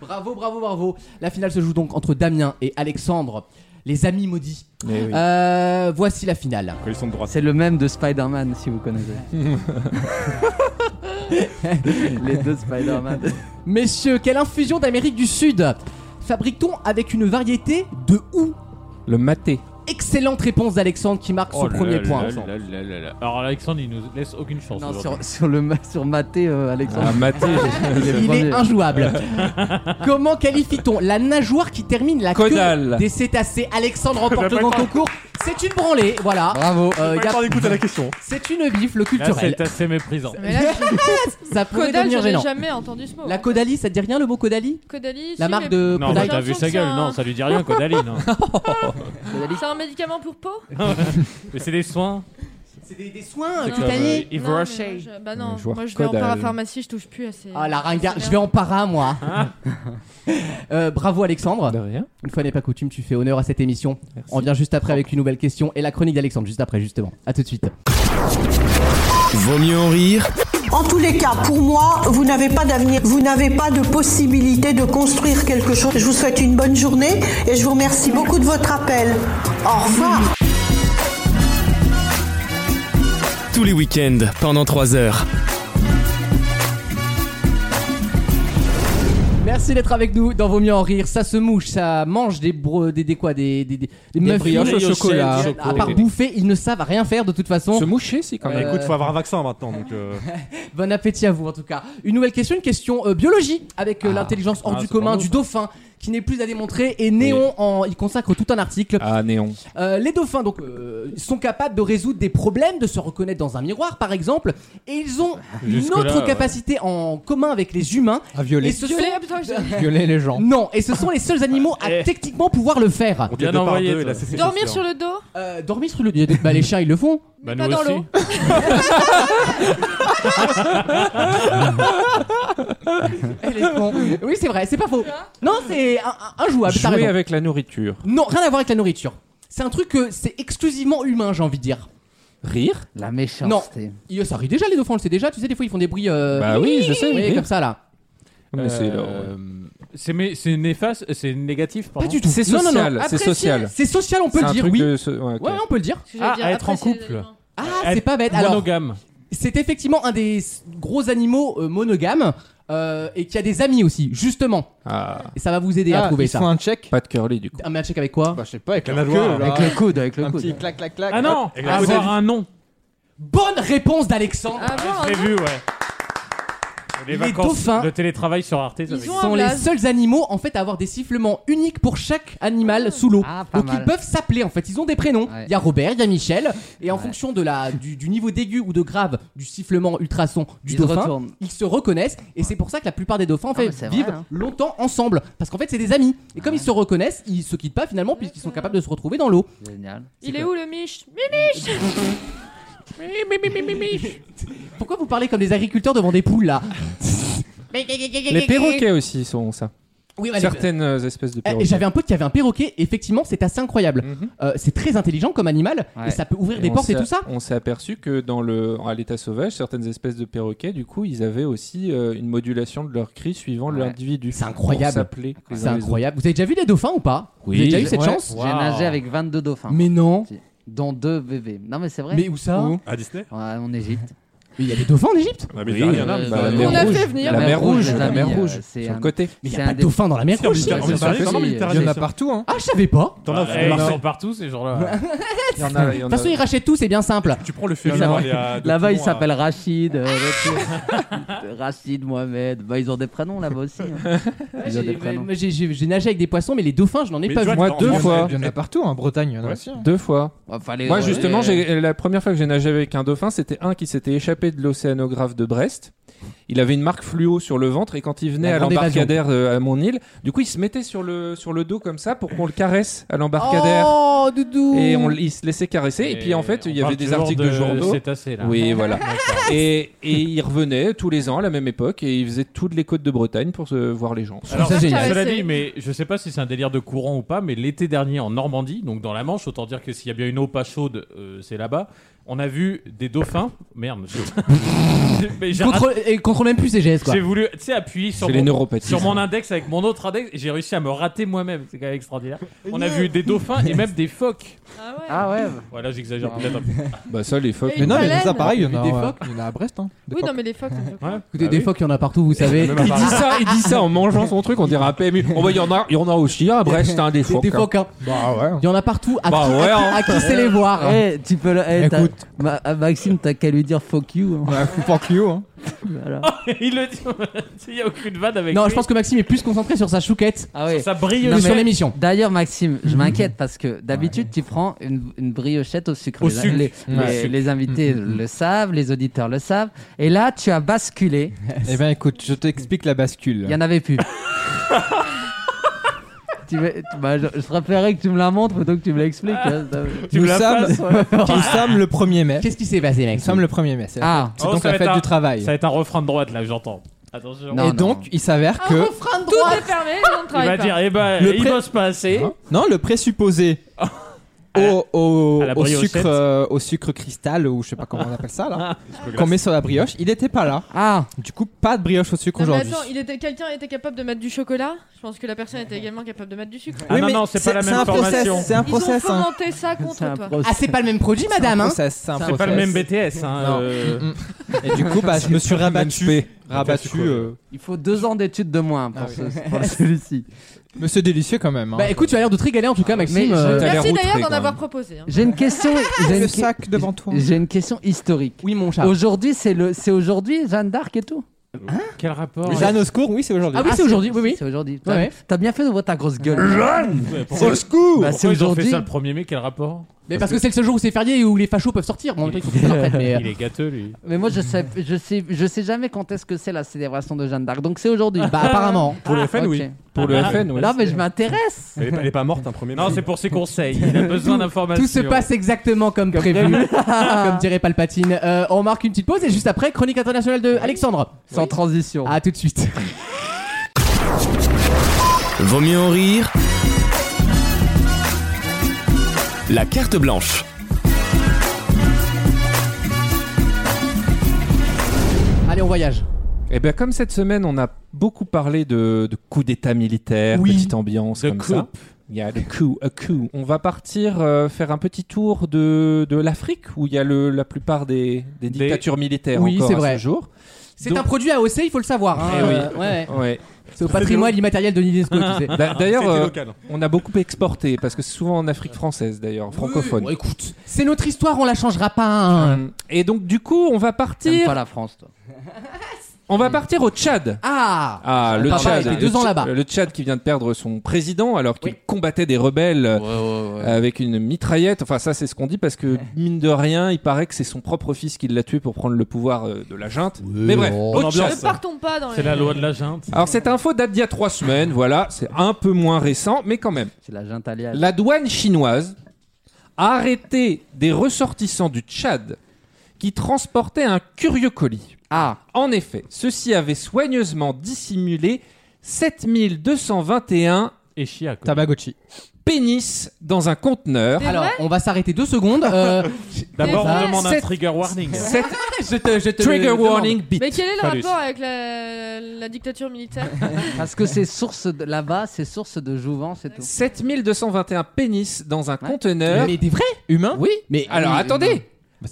Speaker 2: Bravo, bravo, bravo. La finale se joue donc entre Damien et Alexandre, les amis maudits.
Speaker 5: Eh
Speaker 3: Mais oui.
Speaker 2: Euh, voici la finale.
Speaker 6: Quand ils sont de droite.
Speaker 4: C'est le même de Spider-Man si vous connaissez. Les deux Spider-Man.
Speaker 2: Messieurs, quelle infusion d'Amérique du Sud fabrique-t-on avec une variété de ou
Speaker 3: Le maté.
Speaker 2: Excellente réponse d'Alexandre qui marque son
Speaker 5: Oh là
Speaker 2: premier
Speaker 5: là
Speaker 2: point.
Speaker 5: là là là là là. Alors, Alexandre, il nous laisse aucune chance.
Speaker 4: Non, sur,
Speaker 5: aujourd'hui.
Speaker 4: sur le ma- sur Maté, euh, Alexandre.
Speaker 3: Ah, maté.
Speaker 4: il est
Speaker 2: Il est
Speaker 4: premier.
Speaker 2: injouable. Comment qualifie-t-on la nageoire qui termine la queue
Speaker 3: Caudale.
Speaker 2: des cétacés Alexandre remporte le grand concours. C'est une branlée, voilà.
Speaker 4: Bravo.
Speaker 2: Euh,
Speaker 6: Pas
Speaker 2: y
Speaker 6: le
Speaker 2: a-
Speaker 6: temps d'écouter la question.
Speaker 2: c'est une bif, le
Speaker 5: Là,
Speaker 2: culturel.
Speaker 5: c'est assez méprisant.
Speaker 7: Mais là,
Speaker 2: Ça pourrait
Speaker 7: Caudal,
Speaker 2: devenir
Speaker 7: j'avais
Speaker 2: gênant.
Speaker 7: jamais entendu ce mot.
Speaker 2: La Caudalie, ça te dit rien le mot Caudalie
Speaker 7: Caudalie,
Speaker 2: La
Speaker 7: si,
Speaker 2: marque
Speaker 7: mais-
Speaker 2: de
Speaker 5: Non,
Speaker 7: J'ai
Speaker 5: mais
Speaker 2: Caudalie
Speaker 5: t'as vu
Speaker 7: l'impression
Speaker 5: sa
Speaker 7: que
Speaker 5: gueule,
Speaker 7: c'est un-
Speaker 5: non, ça lui dit rien, Codaline. hein.
Speaker 7: C'est un médicament pour peau
Speaker 5: Mais c'est des soins.
Speaker 2: C'est des, des soins
Speaker 7: C'est
Speaker 5: comme,
Speaker 2: cutaniers.
Speaker 5: euh, Yves
Speaker 7: Non, mais
Speaker 5: Rocher.
Speaker 7: moi, je- Bah non,
Speaker 3: Le joueur
Speaker 7: moi je vais en
Speaker 3: Caudal.
Speaker 7: parapharmacie, je touche plus à ces.
Speaker 2: Ah la ringarde, je vais en para moi. Euh, bravo Alexandre.
Speaker 3: De rien.
Speaker 2: Une fois n'est pas coutume, tu fais honneur à cette émission. On vient juste après avec une nouvelle question et la chronique d'Alexandre juste après justement. À tout de suite.
Speaker 1: Vaut mieux en rire
Speaker 9: En tous les cas, pour moi, vous n'avez pas d'avenir, vous n'avez pas de possibilité de construire quelque chose. Je vous souhaite une bonne journée et je vous remercie beaucoup de votre appel. Au revoir.
Speaker 1: tous les week-ends pendant 3 heures.
Speaker 2: Merci d'être avec nous dans Vos mieux en rire. Ça se mouche, ça mange des bro- des, des quoi des des des, des muffins.
Speaker 3: brioches au
Speaker 2: Des-
Speaker 3: chocolat.
Speaker 2: À part bouffer, ils ne savent rien faire de toute façon.
Speaker 3: Se moucher, si, quand
Speaker 2: Euh,
Speaker 3: même.
Speaker 6: Ah, bah, Écoute, faut avoir un vaccin maintenant. Donc, euh,
Speaker 2: Bon appétit à vous en tout cas. Une nouvelle question, une question euh, biologie avec euh, l'intelligence hors
Speaker 5: Ah,
Speaker 2: du
Speaker 5: c'est pas
Speaker 2: commun
Speaker 5: mal,
Speaker 2: du
Speaker 5: ça.
Speaker 2: dauphin qui n'est plus à démontrer et Néon en il consacre tout un article.
Speaker 3: Ah, néon.
Speaker 2: Euh, les dauphins donc euh, sont capables de résoudre des problèmes, de se reconnaître dans un miroir par exemple et ils ont une
Speaker 5: Ah, Jusque-là,
Speaker 2: autre
Speaker 5: ouais.
Speaker 2: capacité en commun avec les humains
Speaker 8: À violer.
Speaker 2: et ce sont
Speaker 7: Violet, ah, putain, je-
Speaker 8: Violer les gens.
Speaker 2: non, et ce sont les seuls animaux à
Speaker 5: Eh.
Speaker 2: techniquement pouvoir le faire.
Speaker 6: on
Speaker 5: euh, Bien
Speaker 6: t'aide par
Speaker 5: envoyé,
Speaker 6: deux et
Speaker 5: toi.
Speaker 6: la CC,
Speaker 7: Dormir
Speaker 6: c'est
Speaker 7: sur le dos,
Speaker 2: Euh, dormir sur le bah les chiens ils le font.
Speaker 5: Bah,
Speaker 7: mais
Speaker 5: nous
Speaker 7: pas dans
Speaker 5: aussi.
Speaker 7: l'eau.
Speaker 2: Eh, les cons. Oui c'est vrai, c'est pas faux. Non c'est un- un- injouable. Ah, t'as
Speaker 3: Jouer
Speaker 2: raison.
Speaker 3: avec la nourriture.
Speaker 2: Non, rien à voir avec la nourriture. C'est un truc que c'est exclusivement humain, j'ai envie de dire.
Speaker 3: Rire.
Speaker 4: La méchanceté.
Speaker 2: Il- Ça rit déjà les dauphins, on le sait déjà. Tu sais, des fois ils font des bruits. euh,
Speaker 3: Bah oui, je sais,
Speaker 2: oui,
Speaker 3: oui.
Speaker 2: comme ça là.
Speaker 3: Mais c'est
Speaker 5: Euh, C'est mé- c'est néfaste, c'est négatif, pardon.
Speaker 2: Pas du tout.
Speaker 3: C'est
Speaker 2: Non, non, non.
Speaker 3: social. C'est
Speaker 7: Apprécier.
Speaker 3: social.
Speaker 2: C'est social, on peut
Speaker 3: C'est
Speaker 2: le
Speaker 3: un
Speaker 2: dire,
Speaker 3: truc
Speaker 2: oui.
Speaker 3: de so- ouais, ok.
Speaker 2: Ouais, on peut le dire.
Speaker 7: Parce que j'allais
Speaker 5: Ah,
Speaker 7: dire,
Speaker 5: à être en
Speaker 7: apprécier les
Speaker 5: couple.
Speaker 7: aliments.
Speaker 2: Ah,
Speaker 5: Être
Speaker 2: c'est pas bête. Alors,
Speaker 5: Monogame.
Speaker 2: c'est effectivement un des s- gros animaux euh, monogames euh, et qui a des amis aussi, justement.
Speaker 3: Ah,
Speaker 2: Et ça va vous aider à
Speaker 8: Ah,
Speaker 2: trouver
Speaker 8: ils
Speaker 2: ça.
Speaker 8: font un check.
Speaker 3: pas de curly du coup.
Speaker 2: Un match check avec quoi
Speaker 8: Bah, je sais pas, avec
Speaker 6: La
Speaker 8: leur
Speaker 6: nageoire.
Speaker 8: queue, là.
Speaker 4: Avec le coude, avec le
Speaker 8: Un
Speaker 4: coude.
Speaker 8: petit clac, clac, clac.
Speaker 5: Ah non
Speaker 6: Et la
Speaker 2: Oh
Speaker 5: Avoir un nom.
Speaker 7: Ah,
Speaker 2: Bonne réponse d'alexandre.
Speaker 7: Avoir
Speaker 5: J'ai
Speaker 7: un
Speaker 5: vu, ouais. Les,
Speaker 2: Les
Speaker 5: vacances,
Speaker 2: dauphins-
Speaker 5: le télétravail sur Arte, ça
Speaker 7: Ils
Speaker 5: fait-
Speaker 7: ont-
Speaker 2: sont
Speaker 7: un
Speaker 2: les
Speaker 7: blaze.
Speaker 2: seuls animaux en fait à avoir des sifflements uniques pour chaque animal sous l'eau.
Speaker 4: Ah, pas
Speaker 2: Donc
Speaker 4: mal.
Speaker 2: ils peuvent s'appeler en fait, ils ont des prénoms. Il
Speaker 4: Ouais.
Speaker 2: y a Robert, il y a Michel, et en
Speaker 4: Ouais.
Speaker 2: fonction de la, du, du niveau d'aigu ou de grave du sifflement ultrason du
Speaker 4: Ils se
Speaker 2: dauphin,
Speaker 4: retournent.
Speaker 2: ils se reconnaissent. Et c'est pour ça que la plupart des dauphins en
Speaker 4: Ah,
Speaker 2: fait
Speaker 4: mais c'est vrai,
Speaker 2: vivent
Speaker 4: hein. Ah
Speaker 2: longtemps ensemble, parce qu'en fait c'est des amis. Et comme ils se reconnaissent, ils se quittent pas finalement puisqu'ils sont capables de se retrouver dans l'eau.
Speaker 4: Génial.
Speaker 7: Il est où le miche
Speaker 2: Pourquoi vous parlez comme des agriculteurs devant des poules là
Speaker 3: Les perroquets aussi sont ça.
Speaker 2: Oui, bah, les-
Speaker 3: Certaines espèces de
Speaker 2: Eh,
Speaker 3: perroquets.
Speaker 2: Et j'avais un pote qui avait un perroquet, effectivement, c'est assez incroyable.
Speaker 3: Mhm.
Speaker 2: Euh, c'est très intelligent comme animal, et
Speaker 4: Ouais.
Speaker 2: ça peut ouvrir
Speaker 3: Et
Speaker 2: des
Speaker 3: on
Speaker 2: portes et
Speaker 3: s'est-
Speaker 2: tout ça.
Speaker 3: On s'est aperçu que dans le, à l'état sauvage, certaines espèces de perroquets, du coup, ils avaient aussi euh, une modulation de leur cri suivant
Speaker 4: Ouais.
Speaker 3: l'individu.
Speaker 2: C'est incroyable.
Speaker 3: Pour s'appeler les
Speaker 2: C'est
Speaker 3: uns les
Speaker 2: incroyable. Vous avez déjà vu des dauphins ou pas
Speaker 3: Oui.
Speaker 2: Vous avez déjà eu cette
Speaker 3: Ouais.
Speaker 2: chance
Speaker 4: J'ai nagé avec 22 dauphins,
Speaker 2: Mais non.
Speaker 4: dont deux bébés. Non, mais c'est vrai.
Speaker 2: Mais où ça
Speaker 3: Où
Speaker 2: Mais
Speaker 6: À Disney
Speaker 4: Ouais, en Égypte.
Speaker 2: Il y a des dauphins en Égypte
Speaker 6: mais
Speaker 3: Oui,
Speaker 6: il y en a,
Speaker 4: euh,
Speaker 6: mais
Speaker 4: bah,
Speaker 6: dans
Speaker 4: la
Speaker 6: la mer
Speaker 7: On a
Speaker 6: Rouge.
Speaker 7: fait
Speaker 3: autres.
Speaker 7: venir.
Speaker 3: La mer rouge,
Speaker 4: les
Speaker 3: la
Speaker 4: amis,
Speaker 3: mer
Speaker 4: euh,
Speaker 3: rouge,
Speaker 4: c'est
Speaker 3: sur
Speaker 4: un-
Speaker 3: le côté.
Speaker 2: Mais il y
Speaker 4: C'est
Speaker 2: a pas
Speaker 4: un
Speaker 2: de
Speaker 4: des-
Speaker 2: dauphins dans la mer
Speaker 6: Si, en
Speaker 2: Rouge.
Speaker 6: Méditerranée,
Speaker 4: c'est
Speaker 6: en Méditerranée,
Speaker 4: ça,
Speaker 6: c'est en
Speaker 4: si.
Speaker 8: Il y en
Speaker 6: Méditerranée.
Speaker 8: a partout, hein.
Speaker 2: Ah, je savais pas.
Speaker 6: T'en as-
Speaker 5: Eh, ils
Speaker 6: Marseille.
Speaker 5: sont partout ces gens-là.
Speaker 3: Il y en a, il y en
Speaker 2: De
Speaker 3: a-
Speaker 2: toute façon, ils rachètent tout, c'est bien simple.
Speaker 6: Tu prends le ferry
Speaker 4: Là-bas,
Speaker 6: pour aller à- de
Speaker 4: Là-bas, il
Speaker 6: Toulon à-
Speaker 4: s'appelle Rachid. euh, l'autre- Rachid, Mohamed. Bah, ils ont des prénoms là-bas aussi. hein. Ils ont des
Speaker 2: J'ai-
Speaker 4: prénoms.
Speaker 2: mais- J'ai j'ai- j'ai nagé avec des poissons, mais les dauphins, je n'en ai
Speaker 6: Mais
Speaker 2: pas
Speaker 6: tu
Speaker 2: vu.
Speaker 6: vois,
Speaker 3: Moi,
Speaker 6: en
Speaker 3: deux
Speaker 6: France,
Speaker 3: fois.
Speaker 8: Il y en a partout, hein. Bretagne, il y en a
Speaker 6: Ouais.
Speaker 8: aussi. hein.
Speaker 3: Deux fois.
Speaker 4: Bah, fallait-
Speaker 3: Moi,
Speaker 4: ouais,
Speaker 3: justement,
Speaker 4: ouais.
Speaker 3: j'ai- la première fois que j'ai nagé avec un dauphin, c'était un qui s'était échappé de l'océanographe de Brest. Il avait une marque fluo sur le ventre et quand il venait
Speaker 2: La
Speaker 3: à
Speaker 2: grande
Speaker 3: l'embarcadère euh, à mon île, du coup, il se mettait sur le, sur le dos comme ça pour qu'on le caresse à l'embarcadère.
Speaker 2: Oh, doudou.
Speaker 3: et on, il se laissait caresser. Et, puis en fait, il y avait des articles de journaux.
Speaker 5: C'est assez là.
Speaker 3: Oui, voilà. et, et il revenait tous les ans à la même époque et il faisait toutes les côtes de Bretagne pour se voir les gens.
Speaker 5: Alors,
Speaker 2: Ça, génial.
Speaker 5: Cela dit, mais je sais pas si c'est un délire de courant ou pas, mais l'été dernier en Normandie, donc dans la Manche, autant dire que s'il y a bien une eau pas chaude, euh, c'est là-bas. On a vu des dauphins. Merde. je- mais j'ai raté-
Speaker 2: Contrôle- et contrôle même plus ces gestes quoi.
Speaker 5: j'ai voulu, tu sais, appuyer sur
Speaker 3: C'est les
Speaker 5: mon,
Speaker 3: neuropathies.
Speaker 5: sur mon index avec mon autre index. et J'ai réussi à me rater moi-même. C'est quand même extraordinaire. On a vu des dauphins et même des phoques.
Speaker 7: Ah ouais.
Speaker 4: Ah ouais.
Speaker 5: Voilà, j'exagère peut-être un peu.
Speaker 3: Bah, ça, les phoques.
Speaker 7: Et
Speaker 8: Mais non, mais
Speaker 7: baleine.
Speaker 8: ça, pareil, il y en
Speaker 2: Des
Speaker 8: a, euh,
Speaker 2: phoques.
Speaker 8: il y en a à Brest. Hein. Des
Speaker 7: Oui,
Speaker 8: phoques.
Speaker 7: non, mais les phoques. ça me fait peur.
Speaker 2: Écoutez,
Speaker 3: Ah
Speaker 2: des
Speaker 3: oui.
Speaker 2: fois qu'il y en a partout, vous savez.
Speaker 3: Il dit ça, il dit ça en mangeant son truc, on dirait un PMU. Oh bah il y en a, il y en a aussi à Brest, hein, des
Speaker 2: Des-
Speaker 3: phoques.
Speaker 2: Des phoques, hein.
Speaker 8: Bah ouais.
Speaker 2: Il y en a partout. À
Speaker 3: Bah
Speaker 2: qui-
Speaker 3: ouais, hein.
Speaker 2: à qui, à qui c'est les voir hein.
Speaker 4: Eh, tu peux le. eh, t'as-
Speaker 8: Écoute.
Speaker 4: Ma- à Maxime, t'as qu'à lui dire fuck you. hein.
Speaker 8: Ouais, fuck you, hein.
Speaker 4: Voilà.
Speaker 5: Il le dit. Il n'y a aucune vanne avec
Speaker 2: Non,
Speaker 5: lui.
Speaker 2: je pense que Maxime est plus concentré sur sa chouquette
Speaker 4: Ah ouais.
Speaker 5: ça brille
Speaker 2: que
Speaker 4: Non, mais-
Speaker 2: sur l'émission.
Speaker 4: D'ailleurs, Maxime, je m'inquiète parce que d'habitude, tu prends une, une briochette au sucre.
Speaker 5: Au
Speaker 4: les,
Speaker 5: sucre.
Speaker 4: les-
Speaker 5: Ouais.
Speaker 4: les-
Speaker 5: Sucre.
Speaker 4: les invités le savent, les auditeurs le savent. Et là, tu as basculé.
Speaker 8: Eh ben écoute, je t'explique la bascule.
Speaker 4: Il n'y en avait plus. tu veux- tu- bah, je, je préférais que tu me la montres plutôt que tu me l'expliques. hein.
Speaker 5: Tu me
Speaker 8: nous,
Speaker 5: la
Speaker 8: sommes,
Speaker 5: passes,
Speaker 8: nous sommes le 1er mai.
Speaker 2: Qu'est-ce qui s'est passé,
Speaker 8: Nous
Speaker 2: Maxime
Speaker 8: sommes le 1er mai. C'est
Speaker 4: Ah,
Speaker 8: c'est
Speaker 5: Oh,
Speaker 8: donc
Speaker 5: ça
Speaker 8: la
Speaker 5: va
Speaker 8: fête
Speaker 5: être un-
Speaker 8: du travail.
Speaker 5: Ça va être un refrain de droite là, j'entends. Attention.
Speaker 4: Non,
Speaker 8: Et
Speaker 4: non.
Speaker 8: donc, il s'avère que.
Speaker 7: Ah, Tout est fermé, les gens ne
Speaker 5: Il va
Speaker 7: travaillent pas.
Speaker 5: dire, eh ben,
Speaker 8: Le
Speaker 5: il
Speaker 8: pré-
Speaker 5: bosse pas assez.
Speaker 8: Hein non, le présupposé au, au,
Speaker 5: Ah. à la
Speaker 8: au
Speaker 5: briochette.
Speaker 8: sucre, euh, au sucre cristal, ou je sais pas comment on appelle ça là,
Speaker 5: Ah.
Speaker 8: qu'on met sur la brioche, il était pas là.
Speaker 4: ah,
Speaker 8: Du coup, pas de brioche au sucre
Speaker 7: Non, mais
Speaker 8: aujourd'hui.
Speaker 7: attends, il était, quelqu'un était capable de mettre du chocolat. Je pense que la personne était également capable de mettre du sucre.
Speaker 5: Ah non, non, c'est pas la même
Speaker 8: un process,
Speaker 5: formation.
Speaker 8: C'est un
Speaker 7: Ils ont
Speaker 8: process, hein.
Speaker 7: fomenté ça
Speaker 4: c'est un
Speaker 7: contre toi.
Speaker 4: process.
Speaker 2: Ah, c'est pas le même produit,
Speaker 8: C'est un
Speaker 2: madame. Hein
Speaker 8: process, C'est un
Speaker 5: C'est pas le
Speaker 8: process.
Speaker 5: même BTS. Hein,
Speaker 8: Non.
Speaker 5: euh,
Speaker 8: Et du coup, bah, je me suis
Speaker 3: pas le même
Speaker 8: rabattu.
Speaker 5: Bah,
Speaker 8: Rabattu. euh,
Speaker 4: Il faut deux ans d'études de moins pour,
Speaker 8: Ah oui.
Speaker 4: ce- pour celui-ci.
Speaker 8: Mais c'est délicieux quand même. hein.
Speaker 2: Bah écoute, tu as l'air de te régaler en tout cas,
Speaker 4: Mais
Speaker 2: Maxime.
Speaker 4: je-
Speaker 2: euh,
Speaker 3: T'as l'air
Speaker 7: Merci
Speaker 3: outré,
Speaker 7: d'ailleurs
Speaker 3: quand
Speaker 7: d'en
Speaker 3: même.
Speaker 7: avoir proposé. hein.
Speaker 4: J'ai une question. J'ai une,
Speaker 8: le
Speaker 4: que-
Speaker 8: sac devant toi.
Speaker 4: j'ai une question historique.
Speaker 2: Ah Oui, mon chat.
Speaker 4: Aujourd'hui, c'est le, c'est aujourd'hui Jeanne d'Arc et tout.
Speaker 5: Quel rapport
Speaker 8: Jeanne au secours, oui, c'est aujourd'hui.
Speaker 2: Ah oui, c'est aujourd'hui. Oui, oui.
Speaker 4: C'est aujourd'hui.
Speaker 2: Ouais,
Speaker 4: T'as
Speaker 2: ouais.
Speaker 4: t'as bien fait de voir ta grosse gueule.
Speaker 5: Ouais, pourquoi-
Speaker 8: Au secours
Speaker 4: Bah, c'est
Speaker 5: Pourquoi ils ont fait
Speaker 4: aujourd'hui.
Speaker 5: ça le 1er mai Quel rapport
Speaker 2: Mais parce que c'est le seul jour où c'est férié et où les fachos peuvent sortir. Bon, en même temps, ils sont tous à la retraite, mais, euh,
Speaker 5: Il est gâteux, lui.
Speaker 4: Mais moi, je sais, je sais, je sais jamais quand est-ce que c'est la célébration de Jeanne d'Arc. Donc c'est aujourd'hui.
Speaker 2: Bah apparemment.
Speaker 6: Pour le FN,
Speaker 4: Ok.
Speaker 6: oui.
Speaker 3: Pour le FN, ouais.
Speaker 4: Là, mais je m'intéresse.
Speaker 6: Elle est pas- elle est pas morte, un premier
Speaker 5: Non, c'est pour ses conseils. Il a besoin d'informations.
Speaker 2: Tout se passe exactement comme prévu, comme dirait Palpatine. Euh, on marque une petite pause et juste après, chronique internationale de Alexandre.
Speaker 4: Sans transition.
Speaker 2: À tout de suite.
Speaker 1: Vaut mieux en rire. La carte blanche.
Speaker 2: Allez, on voyage.
Speaker 3: Et bien Eh ben, comme cette semaine on a beaucoup parlé de, de coups d'état militaire,
Speaker 2: Oui.
Speaker 3: petite ambiance
Speaker 5: De
Speaker 3: comme ça. Il y a le coup, a coup. On va partir euh, faire un petit tour de, de l'Afrique où il y a le, la plupart des, des
Speaker 5: Des-
Speaker 3: dictatures militaires
Speaker 2: Oui,
Speaker 3: encore
Speaker 2: c'est
Speaker 3: à
Speaker 2: vrai.
Speaker 3: ce jour.
Speaker 2: C'est
Speaker 3: Donc-
Speaker 2: un produit à hausser, il faut le savoir. hein.
Speaker 3: Eh oui.
Speaker 2: Euh, ouais, ouais.
Speaker 3: Ouais.
Speaker 2: C'est au patrimoine immatériel de l'UNESCO, tu sais.
Speaker 3: D'a- D'ailleurs,
Speaker 6: C'était
Speaker 3: euh,
Speaker 6: local.
Speaker 3: on a beaucoup exporté parce que c'est souvent en Afrique française d'ailleurs, francophone.
Speaker 2: Oui, bon, écoute, c'est notre histoire, on la changera pas. hein.
Speaker 3: Et donc du coup, on va
Speaker 4: T'aimes
Speaker 3: partir.
Speaker 4: pas la France, toi.
Speaker 3: On va partir au Tchad.
Speaker 2: Ah
Speaker 3: Ah, le
Speaker 2: Papa
Speaker 3: Tchad.
Speaker 2: était deux
Speaker 3: Le
Speaker 2: ans
Speaker 3: Tch-
Speaker 2: là-bas.
Speaker 3: Le Tchad qui vient de perdre son président alors qu'il combattait des rebelles euh, avec une mitraillette. Enfin, ça, c'est ce qu'on dit parce que, mine de rien, il paraît que c'est son propre fils qui l'a tué pour prendre le pouvoir euh, de la junte. Mais bref,
Speaker 5: oh.
Speaker 3: au
Speaker 5: Bonne
Speaker 3: Tchad.
Speaker 5: ambiance.
Speaker 7: Ne partons pas dans
Speaker 5: C'est
Speaker 7: les-
Speaker 5: la loi de la junte.
Speaker 3: Alors, cette info date d'il y a trois semaines, voilà. C'est un peu moins récent, mais quand même.
Speaker 4: C'est la junte alliée.
Speaker 3: La douane chinoise a arrêté des ressortissants du Tchad qui transportaient un curieux colis.
Speaker 4: Ah,
Speaker 3: En effet, ceux-ci avaient soigneusement dissimulé 7221
Speaker 5: Et chia, quoi.
Speaker 8: Tamagotchi.
Speaker 3: pénis dans un conteneur.
Speaker 7: Des
Speaker 2: Alors,
Speaker 7: vrais
Speaker 2: on va s'arrêter deux secondes. euh,
Speaker 5: D'abord,
Speaker 2: Ah,
Speaker 5: on demande un
Speaker 3: sept-
Speaker 5: trigger warning.
Speaker 3: Cette
Speaker 2: je te- je te le- je
Speaker 3: trigger
Speaker 2: te demande.
Speaker 3: warning bit.
Speaker 7: Mais quel est le
Speaker 5: Phallus.
Speaker 7: rapport avec la, la dictature militaire
Speaker 4: parce que c'est source de- là-bas, c'est source de jouvence et tout.
Speaker 3: 7221 pénis dans un
Speaker 4: Ouais.
Speaker 3: conteneur
Speaker 2: Mais des vrais
Speaker 3: humain.
Speaker 2: Oui. Mais
Speaker 3: Alors attendez,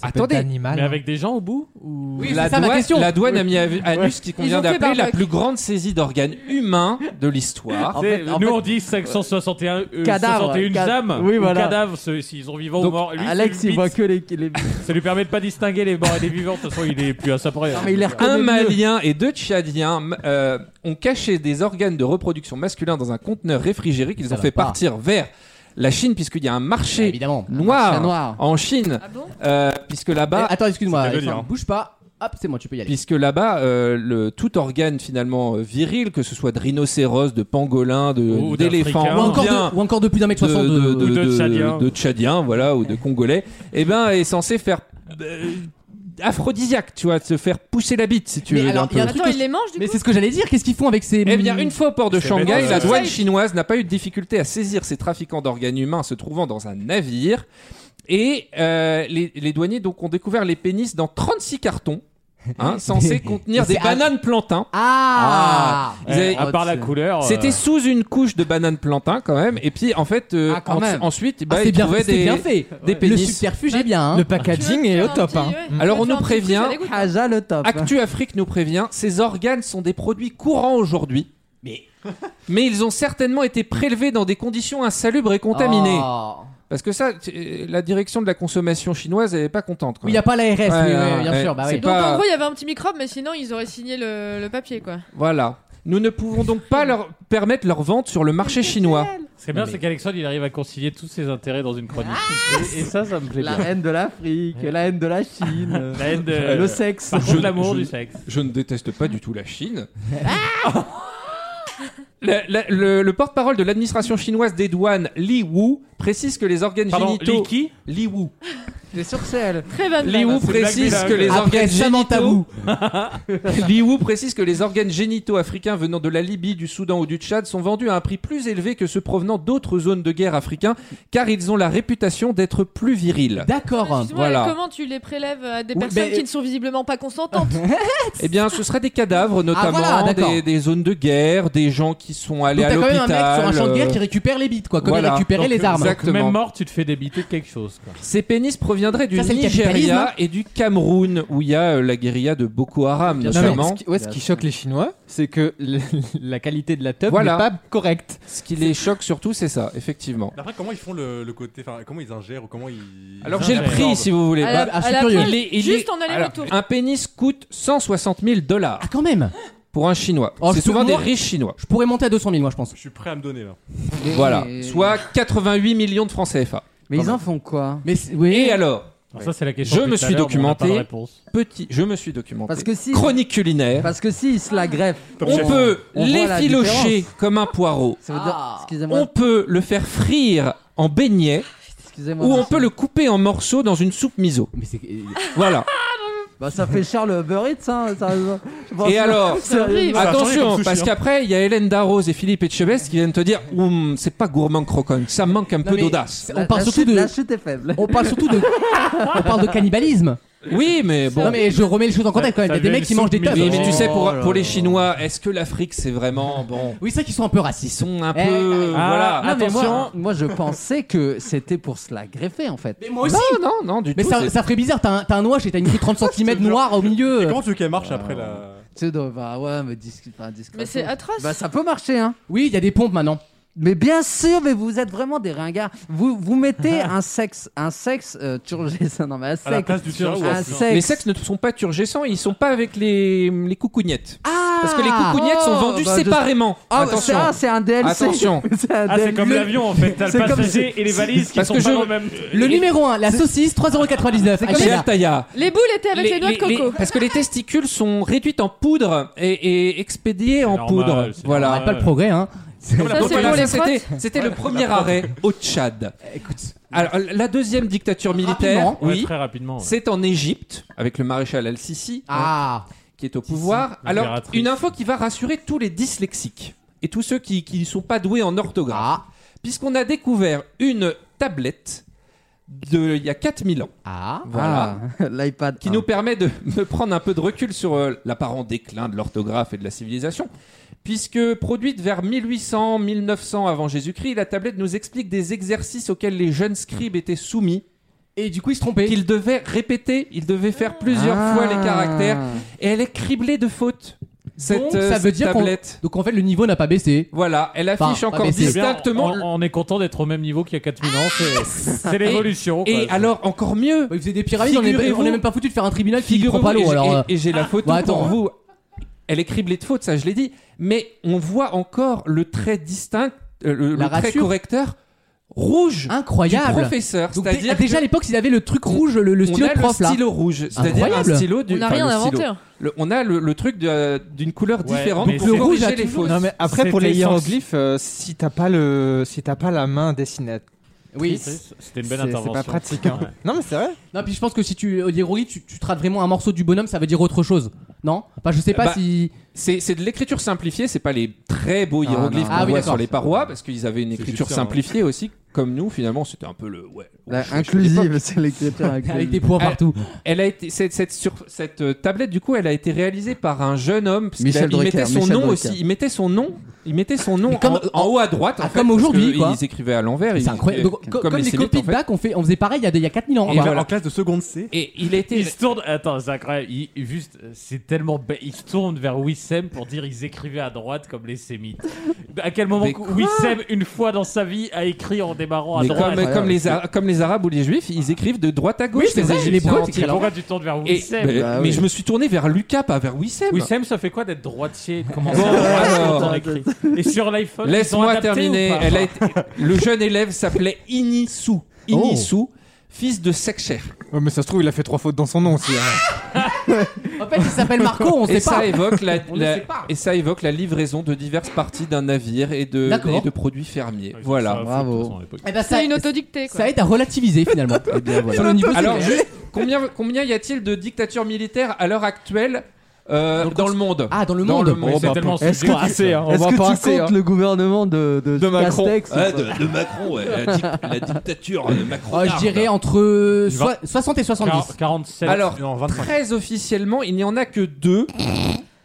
Speaker 3: Attendez.
Speaker 5: Mais avec des gens au bout ou...
Speaker 2: Oui, c'est
Speaker 3: la,
Speaker 2: ça ma
Speaker 3: douane,
Speaker 2: question.
Speaker 3: la douane a mis à à nu ce qui convient
Speaker 7: ont fait
Speaker 3: d'appeler la
Speaker 7: barbecue.
Speaker 3: plus grande saisie d'organes humains de l'histoire.
Speaker 4: En
Speaker 5: C'est-
Speaker 4: fait- en
Speaker 5: nous
Speaker 4: fait-
Speaker 5: on dit 561 euh,
Speaker 4: Cadavre,
Speaker 5: 61
Speaker 4: cad-
Speaker 5: âmes
Speaker 4: oui,
Speaker 5: ou
Speaker 4: voilà.
Speaker 5: cadavres ceux- s'ils sont vivants ou
Speaker 4: Donc,
Speaker 5: morts. Ah, Lui, c'est
Speaker 4: Alex,
Speaker 5: le
Speaker 4: il
Speaker 5: bit.
Speaker 4: voit que les. les-
Speaker 5: Ça lui permet de pas distinguer les morts et les vivants. De toute façon, il est plus à sa près. hein.
Speaker 4: mais il est
Speaker 3: Un
Speaker 4: mieux.
Speaker 3: Malien et deux Tchadiens m- euh, ont caché des organes de reproduction masculins dans un conteneur réfrigéré qu'ils
Speaker 2: Ça
Speaker 3: ont
Speaker 2: va
Speaker 3: fait
Speaker 2: pas. Ah,
Speaker 3: partir vers la Chine, puisqu'il y a un marché
Speaker 2: Évidemment.
Speaker 4: marché
Speaker 3: noir,
Speaker 4: noir.
Speaker 3: en Chine,
Speaker 7: Ah bon
Speaker 3: euh, puisque
Speaker 2: Eh,
Speaker 3: là-bas,
Speaker 2: Attends, excuse-moi.
Speaker 6: Ça veut
Speaker 2: Alexandre,
Speaker 3: hein.
Speaker 6: dire.
Speaker 2: Bouge pas. Hop, c'est moi, tu peux y aller.
Speaker 3: puisque là-bas, euh, le tout organe finalement euh, viril, que ce soit de rhinocéros, de pangolin, de
Speaker 5: Ou
Speaker 3: d'éléphant,
Speaker 5: d'Africain.
Speaker 2: Ou encore,
Speaker 3: bien,
Speaker 2: de, ou encore de plus d'un mètre
Speaker 3: de,
Speaker 2: soixante
Speaker 3: de,
Speaker 2: de-
Speaker 5: Ou de
Speaker 3: de-
Speaker 5: Tchadien.
Speaker 3: de Tchadien, voilà, ou de Congolais, eh ben, est censé faire euh, aphrodisiaque, tu vois, de se faire pousser la bite, si tu
Speaker 2: Mais
Speaker 3: veux.
Speaker 2: alors,
Speaker 3: d'un
Speaker 2: il y a
Speaker 3: peu.
Speaker 2: un truc
Speaker 7: Attends,
Speaker 2: que
Speaker 7: il les mange du
Speaker 2: Mais
Speaker 7: coup
Speaker 2: c'est ce que j'allais dire. Qu'est-ce qu'ils font avec ces.
Speaker 3: Eh bien, une fois au port de
Speaker 5: C'est
Speaker 3: Shanghai,
Speaker 5: bête,
Speaker 3: la
Speaker 5: ouais.
Speaker 3: douane
Speaker 7: Safe.
Speaker 3: chinoise n'a pas eu de difficulté à saisir ces trafiquants d'organes humains se trouvant dans un navire. Et euh, les, les douaniers donc ont découvert les pénis dans 36 cartons, hein, censés contenir
Speaker 2: Mais
Speaker 3: des
Speaker 2: c'est à- Oh
Speaker 3: bananes plantains.
Speaker 2: Ah,
Speaker 3: Ils avaient-
Speaker 5: à part la couleur. euh,
Speaker 3: C'était sous une couche de bananes plantains quand même. Et puis en fait, euh,
Speaker 4: Ah, quand
Speaker 3: en-
Speaker 4: même.
Speaker 3: ensuite, bah,
Speaker 2: Ah,
Speaker 3: ils
Speaker 2: c'est bien,
Speaker 3: trouvaient
Speaker 2: c'est
Speaker 3: des.
Speaker 2: bien fait.
Speaker 3: des
Speaker 2: Le
Speaker 3: pénis.
Speaker 2: subterfuge est bien. hein.
Speaker 8: Le
Speaker 7: Tu veux
Speaker 8: packaging
Speaker 7: te
Speaker 8: est
Speaker 7: faire
Speaker 8: au
Speaker 7: un
Speaker 8: top.
Speaker 7: petit-
Speaker 8: hein.
Speaker 7: ouais.
Speaker 8: Mm.
Speaker 3: Alors,
Speaker 7: Tu veux
Speaker 3: on
Speaker 7: te faire un petit
Speaker 3: nous
Speaker 7: truc,
Speaker 3: prévient.
Speaker 7: ça dégoûte, hein.
Speaker 4: Haja le top.
Speaker 3: Actu Afrique nous prévient, ces organes sont des produits courants aujourd'hui.
Speaker 2: Mais-
Speaker 3: Mais ils ont certainement été prélevés dans des conditions insalubres et contaminées.
Speaker 2: Oh.
Speaker 3: Parce que ça, t- euh, la direction de la consommation chinoise, elle est pas contente. quoi.
Speaker 2: Oui, il n'y a pas l'ARS,
Speaker 3: Ouais,
Speaker 2: oui,
Speaker 3: ouais,
Speaker 2: oui, bien
Speaker 3: ouais.
Speaker 2: sûr. Bah,
Speaker 3: C'est
Speaker 2: oui.
Speaker 7: Donc
Speaker 3: Pas-
Speaker 7: en gros, il y avait un petit microbe, mais sinon ils auraient signé le, le papier quoi.
Speaker 3: Voilà. Nous ne pouvons donc pas leur permettre leur vente sur le marché chinois.
Speaker 5: C'est bien, c'est qu'Alexandre il arrive à concilier tous ses intérêts dans une chronique.
Speaker 4: Ah.
Speaker 5: et, et ça, ça me plaît
Speaker 4: La
Speaker 5: bien.
Speaker 4: haine de l'Afrique, la haine de la Chine, euh,
Speaker 5: La haine de-
Speaker 4: le sexe.
Speaker 5: Par contre, l'amour
Speaker 3: je-
Speaker 5: du sexe.
Speaker 3: Je ne déteste pas du tout la Chine. La- la- le le porte-parole de l'administration chinoise des douanes, Li Wu, précise que les organes
Speaker 5: Pardon,
Speaker 3: génitaux.
Speaker 5: Liki
Speaker 3: Li Wu.
Speaker 4: T'es sur celle.
Speaker 7: Très
Speaker 2: Ah,
Speaker 7: bonne
Speaker 3: Li
Speaker 7: blague.
Speaker 2: bah,
Speaker 3: Wu
Speaker 5: c'est Black
Speaker 3: précise
Speaker 5: Mirror.
Speaker 3: que les
Speaker 2: euh, Après
Speaker 3: organes
Speaker 2: Samantha
Speaker 3: génitaux. Li Wu précise que les organes génitaux africains venant de la Libye, du Soudan ou du Tchad sont vendus à un prix plus élevé que ceux provenant d'autres zones de guerre africains, car ils ont la réputation d'être plus virils.
Speaker 2: D'accord.
Speaker 7: Excuse-moi,
Speaker 3: Voilà.
Speaker 7: mais Comment tu les prélèves à des
Speaker 2: Oui,
Speaker 7: personnes
Speaker 2: mais-
Speaker 7: qui ne sont visiblement pas consentantes
Speaker 3: Eh bien, ce seraient des cadavres, notamment
Speaker 2: Ah, voilà, d'accord.
Speaker 3: des, des zones de guerre, des gens qui sont allés
Speaker 2: Donc
Speaker 3: à
Speaker 2: t'as quand
Speaker 3: l'hôpital.
Speaker 2: même un mec sur un champ de guerre
Speaker 3: euh,
Speaker 2: qui récupère les bites, quoi, comme
Speaker 3: voilà.
Speaker 2: il récupérait
Speaker 5: Donc,
Speaker 2: les armes.
Speaker 5: donc,
Speaker 3: Exactement.
Speaker 5: Même mort, tu te fais débiter de quelque chose. quoi.
Speaker 3: euh, Ces pénis proviendraient du
Speaker 2: Ça, c'est le capitalisme, hein.
Speaker 3: Nigeria et du Cameroun, où il y a euh, la guérilla de Boko Haram,
Speaker 8: Non, mais
Speaker 3: notamment.
Speaker 8: ce qui, ouais, ce qui choque les Chinois, c'est que le- la qualité de la teub
Speaker 3: Voilà.
Speaker 8: n'est pas correcte.
Speaker 3: Ce qui les choque surtout, c'est ça, effectivement.
Speaker 6: Après, comment ils font le, le côté. Enfin, comment ils ingèrent ou comment ils.
Speaker 3: Alors
Speaker 6: ils
Speaker 3: j'ai le
Speaker 6: ingèrent.
Speaker 3: prix si vous voulez.
Speaker 7: À la-
Speaker 3: Bah,
Speaker 2: ah, je suis
Speaker 7: à la
Speaker 2: curieux.
Speaker 7: poêle,
Speaker 3: il est- il
Speaker 7: Juste
Speaker 3: est-
Speaker 7: en
Speaker 3: alors,
Speaker 7: aller-retour.
Speaker 3: un pénis coûte 160 000 dollars
Speaker 2: Ah, quand même
Speaker 3: pour un chinois.
Speaker 2: Oh,
Speaker 3: c'est
Speaker 2: je peux-
Speaker 3: souvent des
Speaker 2: moi-
Speaker 3: riches chinois.
Speaker 2: Je pourrais monter à 200 000, moi, je pense.
Speaker 6: Je suis prêt à me donner là.
Speaker 3: Voilà. Soit 88 millions de francs CFA.
Speaker 4: Mais ils en font quoi
Speaker 2: Mais c'est- oui.
Speaker 3: Et alors,
Speaker 5: Alors ça, c'est la question.
Speaker 3: Je
Speaker 5: depuis
Speaker 3: me
Speaker 5: tout à
Speaker 3: suis
Speaker 5: l'heure, mais on n'a pas
Speaker 3: documenté.
Speaker 5: de réponse.
Speaker 3: petit, je me suis documenté.
Speaker 4: Parce que si.
Speaker 3: Chronique
Speaker 2: Bah,
Speaker 3: culinaire.
Speaker 4: Parce que si ils se la greffent,
Speaker 3: On peut
Speaker 4: on voit la
Speaker 3: l'effilocher
Speaker 4: différence.
Speaker 3: comme un poireau.
Speaker 4: ça veut dire.
Speaker 2: Ah.
Speaker 4: Excusez-moi.
Speaker 3: On peut le faire frire en beignet
Speaker 4: Excusez-moi.
Speaker 3: ou on
Speaker 4: monsieur.
Speaker 3: peut le couper en morceaux dans une soupe miso.
Speaker 2: Ah, Mais c'est-
Speaker 3: Voilà.
Speaker 4: Bah ça fait Charles Uber Eats, hein, sérieusement. Je pense
Speaker 3: Et
Speaker 4: que-
Speaker 3: alors,
Speaker 7: C'est horrible.
Speaker 6: Ça a changé comme
Speaker 3: Attention,
Speaker 6: sushi,
Speaker 3: parce
Speaker 6: hein.
Speaker 3: qu'après, il y a Hélène Darroze et Philippe Etchebest qui viennent te dire Hum, c'est pas gourmand croquant, ça manque un peu
Speaker 2: mais-
Speaker 3: d'audace.
Speaker 2: on
Speaker 4: La-
Speaker 2: parle
Speaker 4: la
Speaker 2: surtout
Speaker 4: chute-
Speaker 2: de.
Speaker 4: La chute est faible.
Speaker 2: On parle surtout de. On parle de cannibalisme.
Speaker 3: Oui, mais bon.
Speaker 2: Non, mais je remets les choses en contexte quand
Speaker 5: Ça
Speaker 2: même. Il y a des
Speaker 5: devient
Speaker 2: mecs qui
Speaker 5: une
Speaker 2: mangent des
Speaker 5: soupe
Speaker 2: teubs.
Speaker 3: Oui, mais tu sais, pour,
Speaker 4: Oh là
Speaker 3: pour les
Speaker 4: là.
Speaker 3: Chinois, est-ce que l'Afrique, c'est vraiment. Bon,
Speaker 2: Oui, c'est vrai qu'ils sont un peu
Speaker 3: ils
Speaker 2: racistes.
Speaker 3: sont un
Speaker 2: Eh,
Speaker 3: peu.
Speaker 5: ah,
Speaker 3: voilà,
Speaker 4: Non, mais
Speaker 3: attention.
Speaker 4: moi, moi, je pensais que c'était pour se la greffer en fait.
Speaker 2: Mais moi aussi
Speaker 3: Non, non, non, du
Speaker 2: Mais
Speaker 3: tout.
Speaker 2: ça,
Speaker 3: c'est-
Speaker 2: ça ferait bizarre, t'as un, t'as un noix et t'as une petite 30 cm noire au
Speaker 3: euh,
Speaker 6: Et
Speaker 2: milieu.
Speaker 6: comment tu veux qu'elle marche après la.
Speaker 4: Tu sais, donc, bah ouais, mais discute, enfin, discrétion.
Speaker 7: Mais c'est atroce.
Speaker 4: Bah ça peut marcher, hein.
Speaker 2: Oui, il y a des pompes maintenant.
Speaker 4: Mais bien sûr, mais vous êtes vraiment des ringards. Vous, vous mettez un sexe, un sexe euh, turgescent. Non, mais un sexe.
Speaker 3: À la place du turgescent.
Speaker 4: un sexe.
Speaker 3: Les sexes ne sont pas turgescents, ils sont pas avec les, les coucougnettes. Parce que les
Speaker 2: Ah.
Speaker 3: coucougnettes sont vendues
Speaker 2: Oh,
Speaker 4: bah, je-
Speaker 3: séparément.
Speaker 4: Ah,
Speaker 3: Attention.
Speaker 4: c'est- ah, c'est un DLC.
Speaker 3: Attention.
Speaker 4: C'est un
Speaker 5: Ah, c'est
Speaker 4: DLC.
Speaker 5: comme l'avion en fait, t'as le
Speaker 4: C'est comme-
Speaker 5: passager et les valises qui
Speaker 3: Parce
Speaker 5: sont
Speaker 3: que
Speaker 5: pas
Speaker 3: je-
Speaker 5: dans le même.
Speaker 2: Le numéro 1, la saucisse, 3,99€.
Speaker 3: Chez
Speaker 2: Achetez-la.
Speaker 3: Altaïa.
Speaker 7: Les boules étaient avec les, doigts de coco.
Speaker 3: parce que les testicules sont réduites en poudre et, et expédiées en
Speaker 5: normal,
Speaker 3: poudre.
Speaker 5: c'est
Speaker 2: On
Speaker 3: Voilà.
Speaker 2: n'arrête pas le progrès, hein.
Speaker 7: Ça,
Speaker 3: Donc
Speaker 7: c'est
Speaker 3: voilà,
Speaker 7: pour les
Speaker 3: ça, c'était-
Speaker 7: frottes.
Speaker 3: C'était le premier arrêt au Tchad.
Speaker 2: Écoute,
Speaker 3: Alors, la deuxième dictature militaire,
Speaker 2: Rapidement.
Speaker 5: Ouais,
Speaker 3: oui,
Speaker 5: très rapidement. ouais.
Speaker 3: c'est en Égypte avec le maréchal Al-Sisi
Speaker 2: ah,
Speaker 3: qui est au pouvoir. Alors,
Speaker 5: l'impératrice.
Speaker 3: une info qui va rassurer tous les dyslexiques et tous ceux qui qui ne sont pas doués en orthographe.
Speaker 2: ah,
Speaker 3: Puisqu'on a découvert une tablette de il y a 4000 ans
Speaker 2: ah.
Speaker 3: Voilà.
Speaker 4: Ah, L'iPad.
Speaker 3: qui nous permet de, de prendre un peu de recul sur euh, l'apparent déclin de l'orthographe et de la civilisation. Puisque produite vers 1800-1900 avant Jésus-Christ, la tablette nous explique des exercices auxquels les jeunes scribes étaient soumis,
Speaker 2: Et du coup, il se trompait.
Speaker 3: qu'ils devaient répéter, ils devaient faire plusieurs fois
Speaker 4: Ah.
Speaker 2: Ah.
Speaker 3: les caractères, et elle est criblée de fautes, cette,
Speaker 2: Donc,
Speaker 3: euh,
Speaker 2: ça veut
Speaker 3: cette
Speaker 2: dire qu'on-
Speaker 3: tablette.
Speaker 2: Donc en fait, le niveau n'a pas baissé.
Speaker 3: Voilà, elle affiche
Speaker 2: Enfin, ah,
Speaker 3: encore
Speaker 2: mais c'est
Speaker 5: Eh bien,
Speaker 3: distinctement...
Speaker 5: on, on est content d'être au même niveau qu'il y a 4000 ans. c'est- C'est l'évolution. quoi.
Speaker 3: Ah, Et alors, encore mieux,
Speaker 2: Bah, il faisait des pyramides, on est,
Speaker 3: Figurez-vous-
Speaker 2: on est même pas foutu de faire un tribunal qui
Speaker 3: Figurez-vous,
Speaker 2: prend pas
Speaker 3: et
Speaker 2: l'eau.
Speaker 3: j'ai-
Speaker 2: Alors, euh,
Speaker 3: Et, et j'ai la photo
Speaker 2: bah, attends,
Speaker 3: pour
Speaker 2: hein.
Speaker 3: vous. Elle est criblée de fautes, ça je l'ai dit. Mais on voit encore le trait distinct, euh, le,
Speaker 2: La
Speaker 3: le trait
Speaker 2: rassure.
Speaker 3: correcteur rouge du
Speaker 2: incroyable.
Speaker 3: professeur.
Speaker 2: Donc, dé- ah,
Speaker 3: C'est-à-dire
Speaker 2: déjà à
Speaker 3: que
Speaker 2: l'époque, ils avaient le truc rouge, le, le
Speaker 3: on
Speaker 2: stylo
Speaker 3: a
Speaker 2: de prof
Speaker 3: le
Speaker 2: là.
Speaker 3: stylo rouge, c'est-à-dire un
Speaker 2: Incroyable.
Speaker 3: stylo
Speaker 7: On
Speaker 3: du.
Speaker 7: n'a
Speaker 3: enfin,
Speaker 7: rien
Speaker 3: le stylo.
Speaker 7: inventé. hein.
Speaker 3: Le- on a le, le truc de- d'une couleur
Speaker 5: Ouais,
Speaker 3: différente
Speaker 5: mais
Speaker 3: pour
Speaker 5: c'est-
Speaker 3: corriger
Speaker 2: rouge a
Speaker 3: les
Speaker 2: toujours-
Speaker 3: fautes.
Speaker 8: Non mais après pour les
Speaker 5: C'était essence-
Speaker 8: hiéroglyphes, euh, si t'as pas le, si t'as pas la main dessinée,
Speaker 2: Oui.
Speaker 5: C'était une belle
Speaker 8: c'est c'est
Speaker 5: intervention.
Speaker 8: pas pratique. hein.
Speaker 5: Ouais.
Speaker 8: Non mais c'est vrai.
Speaker 2: Non, puis je pense que si tu euh, l'hiérogliphe, tu, tu traces vraiment un morceau du bonhomme, ça veut dire autre chose. Non Enfin, je sais pas
Speaker 3: Bah,
Speaker 2: si.
Speaker 3: C'est c'est de l'écriture simplifiée, c'est pas les très beaux
Speaker 4: Ah,
Speaker 3: hiéroglyphes
Speaker 4: non.
Speaker 3: qu'on
Speaker 2: Ah oui,
Speaker 3: voit
Speaker 2: d'accord.
Speaker 3: sur les parois, parce qu'ils avaient une
Speaker 6: C'est
Speaker 3: écriture
Speaker 6: juste ça, hein.
Speaker 3: simplifiée aussi, comme nous finalement, c'était un peu le. Ouais,
Speaker 4: La-
Speaker 3: je- je-
Speaker 4: inclusive, c'est l'écriture
Speaker 2: Avec
Speaker 4: inclusive.
Speaker 2: des points
Speaker 3: Ah,
Speaker 2: partout.
Speaker 3: Elle a été cette, cette, sur, cette euh, tablette du coup, elle a été réalisée par un jeune homme. Parce qu'il
Speaker 4: Michel
Speaker 3: a- il
Speaker 4: Drucker,
Speaker 3: mettait son
Speaker 4: Michel
Speaker 3: nom
Speaker 4: Drucker.
Speaker 3: aussi. Il mettait son nom. Il mettait son nom
Speaker 2: Mais comme-
Speaker 3: en, en haut à droite. en
Speaker 2: Ah,
Speaker 3: fait,
Speaker 2: comme
Speaker 3: parce
Speaker 2: aujourd'hui,
Speaker 3: que
Speaker 2: quoi.
Speaker 3: Ils écrivaient à l'envers. ils
Speaker 2: C'est incroyable.
Speaker 3: écrivaient
Speaker 2: Donc, co-
Speaker 3: euh, comme
Speaker 2: comme les
Speaker 3: Sémites,
Speaker 2: copies
Speaker 3: en
Speaker 2: de
Speaker 3: fait.
Speaker 2: bac, on, fait, on faisait pareil il y a, il y a 4000 ans.
Speaker 6: En,
Speaker 2: quoi.
Speaker 6: en classe de seconde C.
Speaker 3: Et il a été.
Speaker 5: Ils se tournent, attends, c'est incroyable. Ils, ils- juste, euh, c'est tellement bête. Ils se tournent vers Wissem pour dire ils écrivaient à droite comme les sémites. À quel moment
Speaker 3: Mais
Speaker 5: que Wissem, une fois dans sa vie, a écrit en démarrant à
Speaker 3: mais
Speaker 5: droite
Speaker 3: comme, comme les Ara- comme les Arabes ou les Juifs,
Speaker 2: Ah.
Speaker 3: ils écrivent de droite à gauche.
Speaker 2: Oui, c'est vrai,
Speaker 3: Égyptiens
Speaker 2: les Brutes
Speaker 3: antiques.
Speaker 2: écrivent à
Speaker 5: Pourquoi tu tournes vers
Speaker 3: Et-
Speaker 5: Wissem
Speaker 2: Ah
Speaker 3: mais,
Speaker 4: Bah
Speaker 3: mais
Speaker 4: oui.
Speaker 3: je me suis tourné vers Lucas, pas vers Wissem.
Speaker 5: Wissem, ça fait quoi d'être droitier Comment
Speaker 3: Bon,
Speaker 5: ça
Speaker 3: alors.
Speaker 5: quand on écrit Et sur l'iPhone, ils sont
Speaker 3: Laisse-moi
Speaker 5: adaptés ou
Speaker 3: terminer.
Speaker 5: pas
Speaker 3: Elle a été- Le jeune élève s'appelait
Speaker 2: Oh.
Speaker 3: Inisou. Inisou, fils de Sekhcher.
Speaker 8: Ouais, mais ça se trouve il a fait trois fautes dans son nom aussi. hein.
Speaker 2: En fait, il s'appelle Marco, on
Speaker 3: Et
Speaker 2: sait
Speaker 3: ça,
Speaker 2: pas.
Speaker 3: évoque la,
Speaker 2: On ne
Speaker 3: la-
Speaker 2: sait pas.
Speaker 3: et ça évoque la livraison de diverses parties d'un navire et de,
Speaker 2: D'accord.
Speaker 3: et de produits fermiers.
Speaker 5: Ouais,
Speaker 3: voilà.
Speaker 5: ça,
Speaker 4: Bravo.
Speaker 5: de toute façon, à l'époque.
Speaker 2: Eh ben, ça,
Speaker 7: C'est une autodictée. quoi.
Speaker 2: ça aide à relativiser finalement.
Speaker 4: Eh bien, voilà.
Speaker 2: Sur le niveau, c'est
Speaker 3: Alors,
Speaker 2: bien.
Speaker 3: juste, combien, combien y a-t-il de dictatures militaires à l'heure actuelle euh, dans, le monde
Speaker 2: Ah, dans le
Speaker 3: Dans
Speaker 2: monde.
Speaker 3: le monde.
Speaker 5: C'est
Speaker 8: bah,
Speaker 5: tellement
Speaker 8: Est-ce
Speaker 5: subjectif,
Speaker 8: que assez, hein, on
Speaker 4: Est-ce
Speaker 8: va
Speaker 4: que tu
Speaker 8: pas
Speaker 4: comptes
Speaker 8: assez. hein.
Speaker 4: le gouvernement de, de,
Speaker 8: De Macron.
Speaker 4: Castex,
Speaker 10: Ouais,
Speaker 4: ou pas
Speaker 10: de, de Macron, ouais, la, dic- la dictature de Macron.
Speaker 2: Euh, je dirais entre
Speaker 5: Il va-
Speaker 2: soi- 60 et 70.
Speaker 5: Quar- 47.
Speaker 3: Alors,
Speaker 6: Non, 25.
Speaker 3: très officiellement, il n'y en a que deux.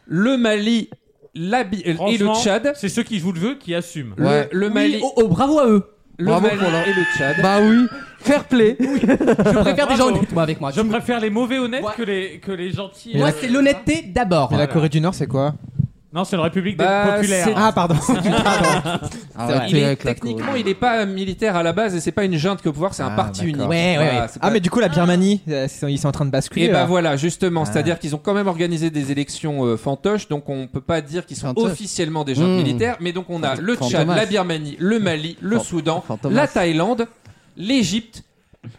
Speaker 3: le Mali l'Abi- et le
Speaker 5: franchement,
Speaker 3: Tchad.
Speaker 5: C'est ceux qui jouent le jeu qui assument.
Speaker 3: Le-
Speaker 4: Ouais.
Speaker 3: Le,
Speaker 2: Oui,
Speaker 3: Mali,
Speaker 2: oh, oh, bravo à eux.
Speaker 3: le
Speaker 4: bravo
Speaker 3: Mali
Speaker 4: pour leur-
Speaker 3: et le Tchad.
Speaker 4: Bah oui, fair play.
Speaker 2: Je préfère des gens
Speaker 5: Bravo.
Speaker 2: honnêtes moi avec moi.
Speaker 5: Je préfère les mauvais honnêtes
Speaker 2: Ouais.
Speaker 5: que les, que les gentils.
Speaker 2: Moi, c'est l'honnêteté d'abord.
Speaker 8: Mais la Corée du Nord c'est quoi
Speaker 5: Non, c'est une république des
Speaker 3: Bah,
Speaker 5: populaires.
Speaker 3: c'est-
Speaker 8: Ah pardon. Ah,
Speaker 4: Arrêtez
Speaker 3: Il est-
Speaker 4: avec la
Speaker 3: techniquement,
Speaker 4: Corée.
Speaker 3: il n'est pas militaire à la base et c'est pas une junte que pouvoir, c'est un
Speaker 8: Ah,
Speaker 3: parti unique.
Speaker 8: d'accord.
Speaker 2: Ouais, ouais,
Speaker 3: Voilà,
Speaker 2: ouais.
Speaker 3: c'est
Speaker 8: Ah
Speaker 3: pas-
Speaker 8: mais du coup la Birmanie, euh, c'est- ils sont en train de basculer.
Speaker 3: Et bah
Speaker 8: là.
Speaker 3: voilà, justement, c'est-à-dire qu'ils ont quand même organisé des élections euh, fantoches, donc on peut pas dire qu'ils sont
Speaker 4: Fantoches.
Speaker 3: officiellement des gens
Speaker 4: Mmh.
Speaker 3: militaires, mais donc on a le Tchad,
Speaker 4: Fantomas.
Speaker 3: la Birmanie, le Mali, le
Speaker 4: Fan-
Speaker 3: Soudan,
Speaker 4: Fantomas.
Speaker 3: la Thaïlande, l'Égypte,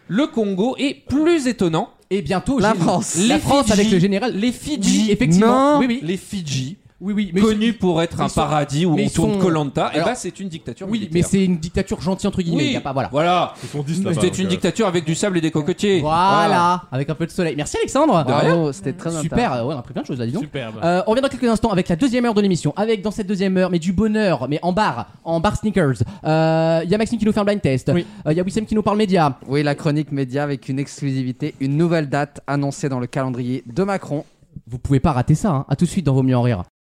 Speaker 3: le Congo et plus étonnant,
Speaker 2: Et bientôt,
Speaker 4: La
Speaker 2: j'ai-
Speaker 4: France.
Speaker 2: La
Speaker 3: Les
Speaker 2: France
Speaker 3: Fidji.
Speaker 2: avec le général.
Speaker 3: les
Speaker 2: Fidji,
Speaker 3: Fidji.
Speaker 2: effectivement.
Speaker 4: Non.
Speaker 2: Oui, oui.
Speaker 3: Les Fidji,
Speaker 2: Oui, oui. Mais
Speaker 3: connus pour être un
Speaker 2: ils sont-
Speaker 3: paradis où
Speaker 2: mais
Speaker 3: on
Speaker 2: ils
Speaker 3: tourne
Speaker 2: sont-
Speaker 3: Colanta, et
Speaker 2: Alors-
Speaker 3: bah c'est une dictature
Speaker 2: Oui, mais
Speaker 3: militaire.
Speaker 2: c'est une dictature gentille entre guillemets.
Speaker 3: Oui.
Speaker 2: y a pas, voilà.
Speaker 3: Voilà,
Speaker 6: Ils sont 10 là-bas.
Speaker 3: c'était une
Speaker 6: donc, euh,
Speaker 3: dictature avec du sable et des cocotiers.
Speaker 2: Voilà, avec un peu de soleil. Merci Alexandre.
Speaker 4: Bravo, Ah, oh, c'était très
Speaker 2: Super, euh, ouais, on a appris plein de choses là, dis donc.
Speaker 5: Superbe.
Speaker 2: Euh, on revient dans quelques instants avec la deuxième heure de l'émission. Avec dans cette deuxième heure, mais du bonheur, mais en bar, en bar sneakers. Euh, Il y a Maxime qui nous fait un blind test. Euh, Il
Speaker 5: Oui.
Speaker 2: y a Wissem qui nous parle média.
Speaker 4: Oui, la chronique média avec une exclusivité, une nouvelle date annoncée dans le calendrier de Macron.
Speaker 2: Vous pouvez pas rater ça. hein. À tout de suite dans Vos mieux en rire.